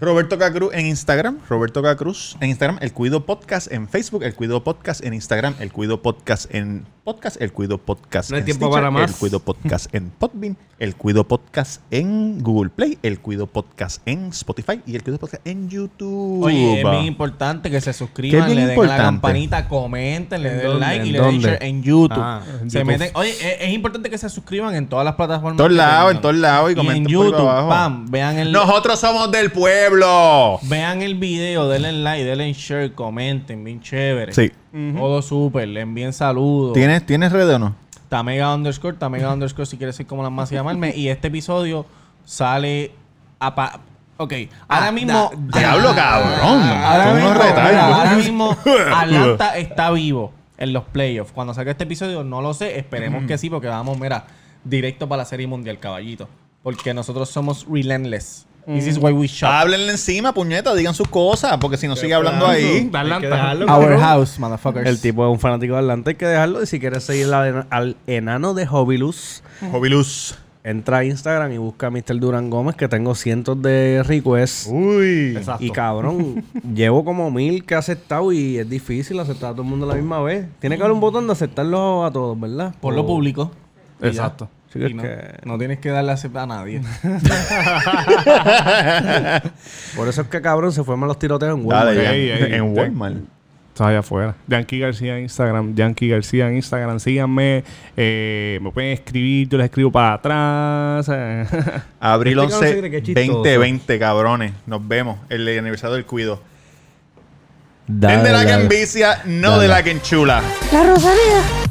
Roberto Cacruz en Instagram, Roberto Cacruz en Instagram, El Cuido Podcast en Facebook, El Cuido Podcast en Instagram, El Cuido Podcast en Podcast, El Cuido Podcast No hay en tiempo para más. El Cuido Podcast en Podbean, El Cuido Podcast en Google Play, El Cuido Podcast en Spotify y El Cuido Podcast en YouTube. Oye, es bien importante que se suscriban, Que le es bien den a importante. la campanita, comenten, le ¿En den dónde? like ¿En y le den dónde? share en YouTube. Ah, en se YouTube. meten, oye, es, es importante que se suscriban en todas las plataformas. En todos que lados, en tengan. todos lados Y y en comenten por YouTube, abajo. pam, vean el Nosotros somos del pueblo. vean el video, denle like, denle share, comenten, bien chévere. Sí. Todo súper, le envíen saludos. ¿Tienes, ¿Tienes red o no? Tamega underscore, Tamega underscore, si quieres ser como las más y llamarme. Y este episodio sale a pa- Ok, ahora mismo. Diablo, cabrón. Ahora Son mismo, unos retallos. mira, ahora mismo Atlanta está vivo en los playoffs. Cuando saque este episodio, no lo sé. Esperemos que sí, porque vamos, mira, directo para la Serie Mundial, caballito. Porque nosotros somos relentless. This is why we shop. Háblenle encima, puñeta, digan sus cosas, porque si no sigue hablando ahí. Da lanta. Our house, motherfuckers. El tipo es un fanático de Atlanta, hay que dejarlo. Y si quieres seguir al, al enano de Hobilus, Joviluz. entra a Instagram y busca a Mr. Durán Gómez, que tengo cientos de requests. Uh, Uy. Exacto. Y cabrón, llevo como mil que he aceptado y es difícil aceptar a todo el mundo a la misma vez. Tiene que haber un botón de aceptarlos a todos, ¿verdad? Por lo público. Exacto. Oh. Sí, es Y no, que- no tienes que darle acepta a nadie. Por eso es que cabrón se fue mal los tiroteos en Walmart. Dale, ya. Ey, ey, en te- Walmart. Está allá afuera. Yankee García en Instagram. Yankee García en Instagram. Síganme. Eh, me pueden escribir. Yo les escribo para atrás. eh. Abril Este cabrón se 11, cree que es chistoso. 2020, cabrones. Nos vemos. El aniversario del cuido. Dale, Den de la que dale. envicia, no Dale. de la que enchula. La Rosalía.